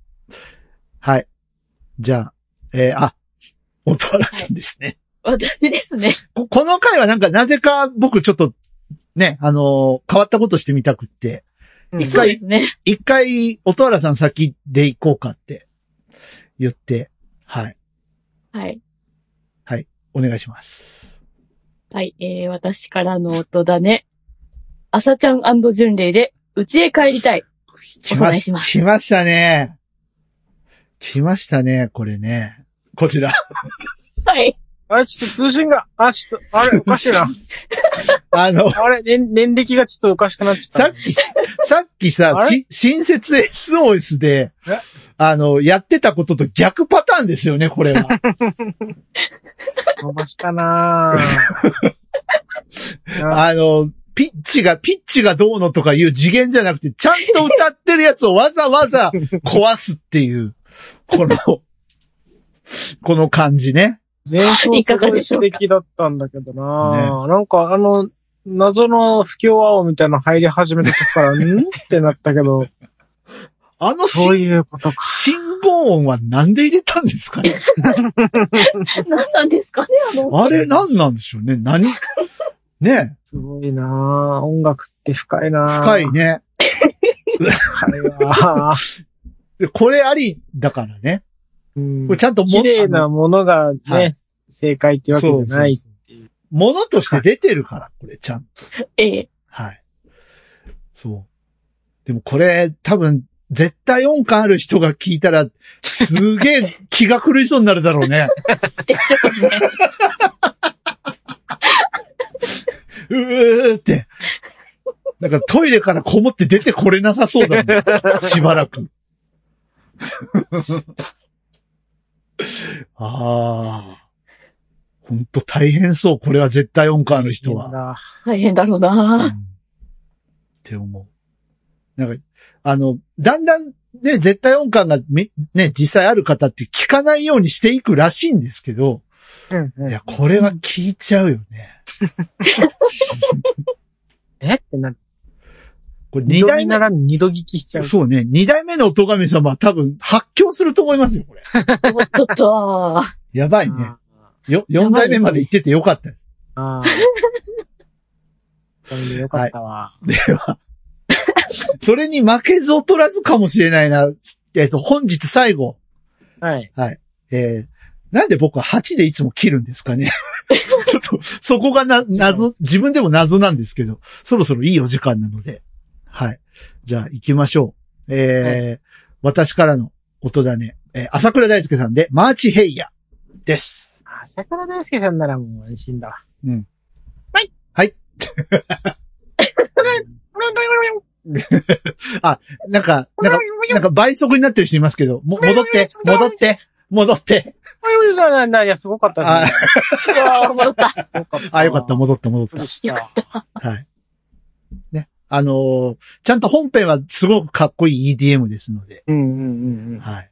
Speaker 1: はい。じゃあ、えー、あ、音原さんですね。
Speaker 2: 私ですね。
Speaker 1: ここの回はなんか、なぜか僕ちょっと、ね、あのー変わったことしてみたくって、
Speaker 3: うん
Speaker 1: 一
Speaker 2: そう
Speaker 1: 回
Speaker 2: ですね。
Speaker 1: 一回、音原さん先で行こうかって言って、はい。
Speaker 2: はい。
Speaker 1: お願いします。
Speaker 2: はい。えー、私からの音だね。朝ちゃん巡礼で、家へ帰りたい。
Speaker 1: 来ま
Speaker 2: お供え
Speaker 1: し
Speaker 2: します
Speaker 1: 来ましたね。来ましたね、これね。こちら。 (laughs)
Speaker 2: はい。
Speaker 3: あれ、ちょっと通信が、あ、ちょっと、あれ、おかしいな。
Speaker 1: あの、
Speaker 3: あれ、年、年歴がちょっとおかしくなっちゃ
Speaker 1: さ
Speaker 3: っ
Speaker 1: っき、さっきさ
Speaker 3: あ、れ
Speaker 1: し新設 SOS で
Speaker 3: え、
Speaker 1: あの、やってたことと逆パターンですよね、これは。
Speaker 3: た。伸ばし
Speaker 1: (laughs)
Speaker 3: たなぁ。あ
Speaker 1: あの、ピッチが、ピッチがどうのとかいう次元じゃなくて、ちゃんと歌ってるやつをわざわ
Speaker 3: (laughs)
Speaker 1: ざ壊すっていう、この、この感じね。
Speaker 3: 前奏すごい
Speaker 2: いかがでしょ
Speaker 3: 素
Speaker 2: うか
Speaker 3: 敵だったんだけどなぁ。なんか、あの、謎の不協和音みたいなの入り始めた時から、んってなったけ
Speaker 1: (laughs)
Speaker 3: ど、
Speaker 1: あの
Speaker 3: そう
Speaker 1: 信
Speaker 3: いうことか。
Speaker 1: 信号音はなんで入れたんですか
Speaker 3: (laughs)
Speaker 1: ね
Speaker 2: 何なんですかね、あの。
Speaker 1: あれ何なんでしょうね何ね
Speaker 3: すごいなぁ。音楽って深いなぁ。
Speaker 1: 深い。ね。
Speaker 3: 深いわぁ。
Speaker 1: でこれありだからね。 (laughs)
Speaker 3: うん
Speaker 1: これちゃんとも
Speaker 3: 綺麗なものがね、
Speaker 1: はい
Speaker 3: 正解ってわけじゃない。
Speaker 1: そうそうそうものとして出てるから、これ、ちゃんと。
Speaker 2: ええ。
Speaker 1: はい。そう。でもこれ、多分、絶対音感ある人が聞いたら、すげえ気が狂いそうになるだろうね。 (laughs)
Speaker 2: でしょうね。
Speaker 1: うーって。なんかトイレからこもって出てこれなさそうだもん。しばらく。 (laughs) ああ。ほんと大変そう。これは絶対音感ある人は。
Speaker 3: は。
Speaker 2: 大変だろう
Speaker 1: うんっ
Speaker 2: (laughs) な
Speaker 1: て思う。なんか、あの、だんだんね、絶対音感がめね、実際ある方って聞かないようにしていくらしいんですけど、
Speaker 3: うん
Speaker 1: い
Speaker 3: うん、
Speaker 1: や、これは聞いちゃうよね。
Speaker 3: えってな、
Speaker 1: これ
Speaker 3: 二
Speaker 1: 二
Speaker 3: 度に
Speaker 1: 代目
Speaker 3: な、らぬ二度聞きしちゃう。
Speaker 1: そうね、二代目のお咎め様は多分発狂すると思いますよ、これ。
Speaker 2: おっとっと。
Speaker 1: やばいね。
Speaker 3: あ
Speaker 1: よ、四代目まで行っててよかったです。
Speaker 3: ーあー。 (laughs) それでよかったわ。
Speaker 1: では、それに負けず劣らずかもしれないな。えっと、本日最後、
Speaker 3: はい。
Speaker 1: えー、なんで僕は8でいつも切るんですかね (laughs) ちょっと、そこがな、謎、自分でも謎なんですけど、そろそろいいお時間なので、はい。じゃあ行きましょう。えー私からの音だね、えー朝倉大輔さんで、マーチヘイヤです。
Speaker 3: あー、桜大輔さんならもう安心だわ。
Speaker 1: なんか、なんか、なんか倍速になってる人いますけど、も、戻って、戻って、戻って。
Speaker 3: な、な、いや、すごかったですね。
Speaker 2: うわー戻った。
Speaker 3: よかった
Speaker 1: あ、よかった、
Speaker 3: びっ
Speaker 1: 戻った、戻っ
Speaker 3: くりした
Speaker 2: よかった。
Speaker 1: た。はい。ね。あのーちゃんと本編はすごくかっこいい EDM ですので、
Speaker 3: うんうんうんうん。
Speaker 1: はい。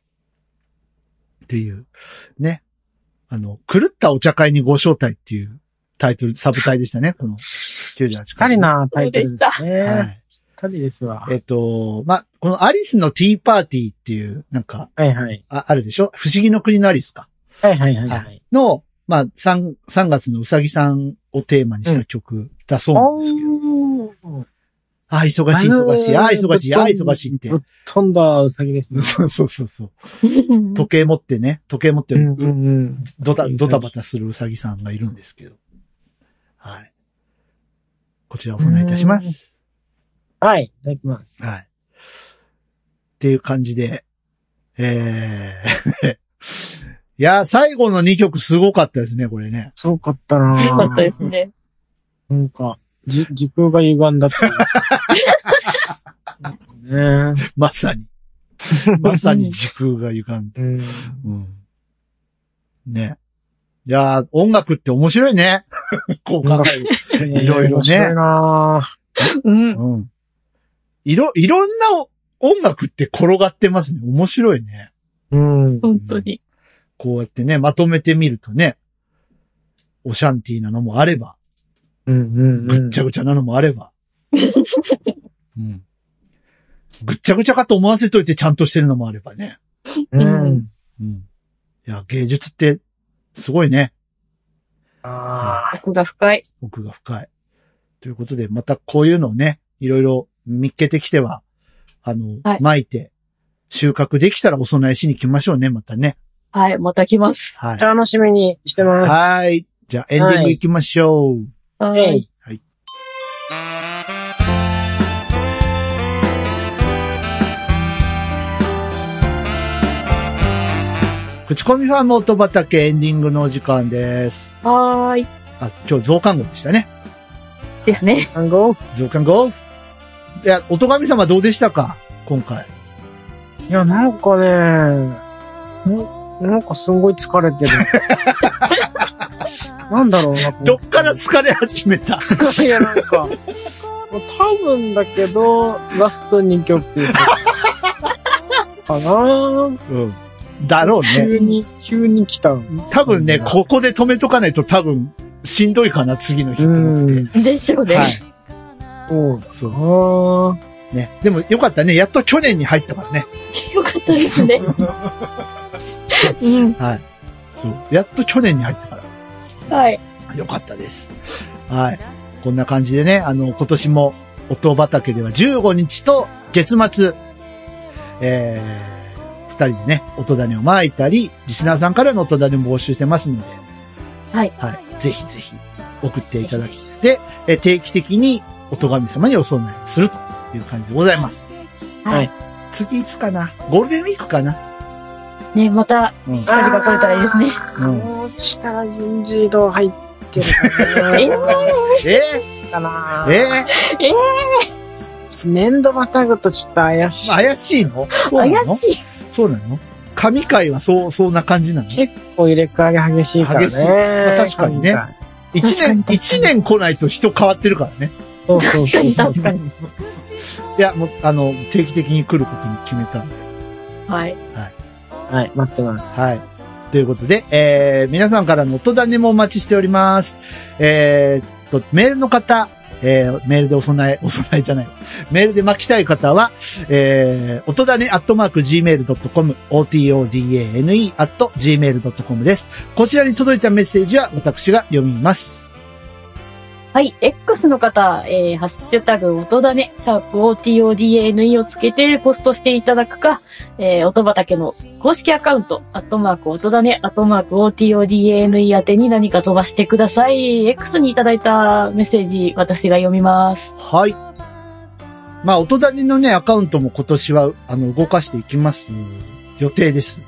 Speaker 1: っていう、ね。あの、狂ったお茶会にご招待っていうタイトル、サブタイでしたね、この98
Speaker 3: 二
Speaker 1: 回。
Speaker 3: 人なタイトルです
Speaker 1: はい。
Speaker 3: ね。二人ですわ。
Speaker 1: えっと、ま、このアリスのティーパーティーっていう、なんか、
Speaker 3: はいはい。
Speaker 1: ああるでしょ不思議の国のアリスか。
Speaker 3: はいはいはいはい。
Speaker 1: の、まあ、3、3月のうさぎさんをテーマにした曲だそうなんですけど、
Speaker 3: おー
Speaker 1: ああ、忙しい、忙しい、ああ、忙しい、ああ、忙しいって
Speaker 3: ぶ。っ飛んだウサギですね。
Speaker 1: そうそうそうそう。時計持ってね、時計持って
Speaker 3: う
Speaker 1: る、
Speaker 3: んうんうん。
Speaker 1: ドタ、ドタバタするうさぎさんがいるんですけど。はい。こちらお供えいたします。
Speaker 3: はい、いただきます。
Speaker 1: はい。っていう感じで、えー (laughs) いや、最後の2曲すごかったですね、これね。
Speaker 3: すごかったなぁ
Speaker 2: よかったですね。
Speaker 3: なんか、じ、時空が歪んだっていうなんかね。
Speaker 1: まさに。まさに時空が歪んで
Speaker 3: (laughs) うん。
Speaker 1: うん。ね。いやー、音楽って面白いね。 (laughs) こう考える。いろいろね
Speaker 3: 面白いなぁ
Speaker 2: うん。
Speaker 1: うん。いろ、いろんな音楽って転がってますね。面白いね。
Speaker 3: うん。
Speaker 2: 本当に。
Speaker 1: こうやってね、まとめてみるとね、オシャンティーなのもあれば、
Speaker 3: うんうんう
Speaker 1: ぐっ
Speaker 3: ん。
Speaker 1: ちゃぐちゃなのもあれ
Speaker 3: (laughs)
Speaker 1: ば。うん。ぐっちゃぐちゃかと思わせといてちゃんとしてるのもあればね。
Speaker 3: うん。
Speaker 1: うん。いや、芸術って、すごいね。
Speaker 3: ああ。
Speaker 2: 奥が深い。
Speaker 1: 奥が深い。ということで、またこういうのをね、いろいろ見っけてきては、あの、
Speaker 2: はい
Speaker 1: 巻いて、収穫できたらお供えしに来ましょうね、またね。
Speaker 2: はい、また来ます。
Speaker 1: はい。
Speaker 3: 楽しみにしてます。
Speaker 1: はい。じゃあエンディング行きましょう。
Speaker 2: は
Speaker 3: はいい。。
Speaker 1: 口コミファーム音畑エンディングのお時間です。
Speaker 2: はーい。
Speaker 1: あ、今日増刊号でしたね。
Speaker 2: ですね。
Speaker 3: 単語
Speaker 1: 増刊号いや、おとがみ様どうでしたか今回。
Speaker 3: いや、なんかね、ななんかすごい疲れて
Speaker 1: (laughs)
Speaker 3: る。なんだろうな。こう
Speaker 1: どっから疲れ始めた
Speaker 3: いや、なんか、もう多分だけど、ラスト2曲。
Speaker 1: (laughs)
Speaker 3: かなぁ
Speaker 1: うん。だろうね。
Speaker 3: 急に、急に来た。う
Speaker 1: 多分ね、ここで止めとかないと多分、しんどいかな、次の日と思って。
Speaker 3: ん。
Speaker 2: でしょうね。
Speaker 1: はい。
Speaker 3: そうだ
Speaker 1: そう。
Speaker 3: なぁ
Speaker 1: ね。でもよかったね。やっと去年に入ったからね。
Speaker 2: よかったですね。うん。
Speaker 1: はい。そう。やっと去年に入ったから。
Speaker 2: はい。
Speaker 1: よかったです。はい。こんな感じでね、あの、今年も、音畑では15日と月末、えー、二二人でね、音種をまいたり、リスナーさんからの音種も募集してますので、
Speaker 2: はい。
Speaker 1: はい。ぜひぜひ、送っていただき。で、えー定期的に、おとがみ様にお供えをするという感じでございます。
Speaker 2: はい。
Speaker 1: 次いつかなゴールデンウィークかな
Speaker 2: ね、また、
Speaker 1: うん。
Speaker 2: 近々取れたらいいですね。
Speaker 1: うん
Speaker 3: もうしたら人事異動入ってるかな
Speaker 1: (laughs)
Speaker 2: え
Speaker 1: え
Speaker 3: かな
Speaker 1: ー、え
Speaker 3: 年度またぐとちょっと怪し
Speaker 1: ー、
Speaker 3: い。
Speaker 1: 怪しいのそうな
Speaker 2: 怪
Speaker 1: の
Speaker 2: しい。
Speaker 1: そうなの神回はそう、そんな感じなの
Speaker 3: 結構入れ替わり激しいからね。
Speaker 1: 激しいまあ確かにね
Speaker 3: なん
Speaker 1: 一
Speaker 2: 確か
Speaker 1: 年
Speaker 2: に確、かに
Speaker 1: 一年来ないと人変わってるからね。
Speaker 3: そうそう
Speaker 2: 確
Speaker 3: そ
Speaker 2: か
Speaker 3: う
Speaker 2: に、確かに。
Speaker 1: いや、もう、あの、定期的に来ることに決めたんで。
Speaker 2: はい。
Speaker 3: はい、待ってます。
Speaker 1: はい。ということで、えー、皆さんからの音種もお待ちしております。えー、と、メールの方、えー、メールでお供え、お (laughs) 供えじゃない。メールで巻きたい方は、えー、音種アットマーク gmail.com、otodane アット gmail.com です。こちらに届いたメッセージは私が読みます。
Speaker 2: はい。X の方、えー、ハッシュタグ、音だね、シャープ OTODANE をつけてポストしていただくか、えー、音畑の公式アカウント、アットマーク音だね、アットマーク OTODANE 宛てに何か飛ばしてください。X にいただいたメッセージ、私が読みます。
Speaker 1: はい。まあ、音種のね、アカウントも今年は、あの、動かしていきます。予定です。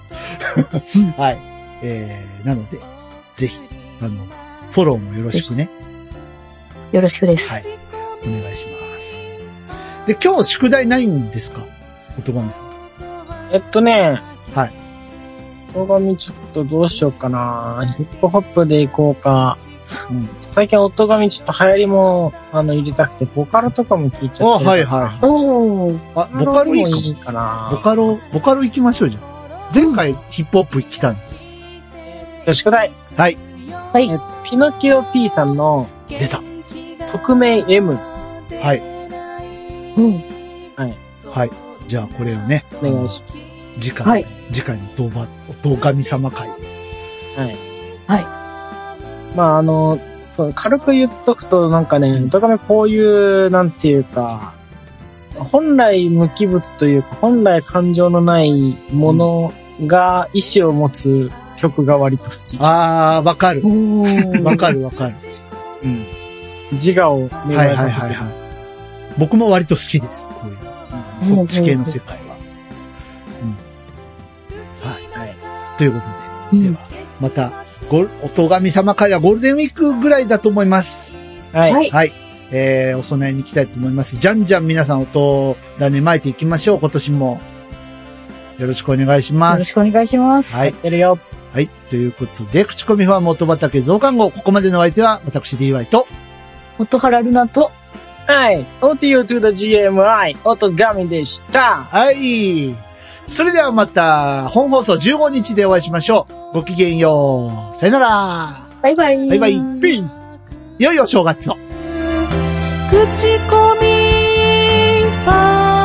Speaker 1: はい。えー、なので、ぜひ、あの、フォローもよろしくね、
Speaker 2: よろしくです。
Speaker 1: はいお願いします。で、今日宿題ないんですか音神さん。
Speaker 3: えっとね。
Speaker 1: はい。
Speaker 3: 動画見ちょっとどうしようかな。ヒップホップでいこうか。
Speaker 1: うん
Speaker 3: 最近音紙ちょっと流行りも、あの、入れたくて、ボカロとかも聞いち
Speaker 1: あ、
Speaker 3: ゃってる。
Speaker 1: はいはいはい。
Speaker 2: おー。
Speaker 1: あ、ボカロ
Speaker 3: も
Speaker 1: 行く
Speaker 3: いいかな。
Speaker 1: ボカロ、ボカロ行きましょうじゃん。前回ヒップホップ来たんですよ。
Speaker 3: 女子大。
Speaker 1: はい。
Speaker 2: はい
Speaker 3: え。ピノキオ P さんの
Speaker 1: 出た。
Speaker 3: 匿名 M
Speaker 1: はい。
Speaker 2: うん。
Speaker 1: はい。じゃあこれをね、
Speaker 3: お願いし
Speaker 1: 次回、
Speaker 2: はい
Speaker 1: 次回の動画、動画神様会。
Speaker 3: ます。はい。
Speaker 2: はい。
Speaker 3: まあ、あの、そう、軽く言っとくと、なんかね、ドカメこういう、なんていうか、本来無機物というか、本来感情のないものが意志を持つ曲が割と好き。
Speaker 1: あー、わかる。 (laughs)
Speaker 2: おー。
Speaker 1: わかるわかる。
Speaker 3: うん。自我を
Speaker 1: はい
Speaker 3: 芽
Speaker 1: は
Speaker 3: 生
Speaker 1: い
Speaker 3: え
Speaker 1: は
Speaker 3: さ
Speaker 1: い
Speaker 3: せて
Speaker 1: はい。僕も割と好きです。こういう、
Speaker 3: うん
Speaker 1: そっち系の世界は。うん。はい。
Speaker 3: はい。
Speaker 1: ということ
Speaker 2: う
Speaker 1: で、で
Speaker 2: ん
Speaker 1: は、また、ご、おとがみ様会はゴールデンウィークぐらいだと思います。
Speaker 3: はい。
Speaker 2: はい。
Speaker 1: はい。えー、お供えに行きたいと思います。じゃんじゃん皆さん音種まいていきましょう、今年も。よろしく (laughs) お願いし
Speaker 2: よ
Speaker 1: ま
Speaker 2: ろし
Speaker 1: す。
Speaker 2: くお願いします。
Speaker 1: はい。
Speaker 3: やるよ。
Speaker 1: はい。ということで、口コミファーム音畑増刊号、ここまでのお相手は、私 DY と、
Speaker 2: 音原ルナと、
Speaker 3: はい。OTO to the GMI、音紙でした。
Speaker 1: はい。それではまた、本放送15日でお会いしましょう。ごきげんよう。さよなら。
Speaker 2: バイバイ。
Speaker 1: バイバイ
Speaker 3: Peace!
Speaker 1: いよいよ正月を。
Speaker 5: 口コミファーム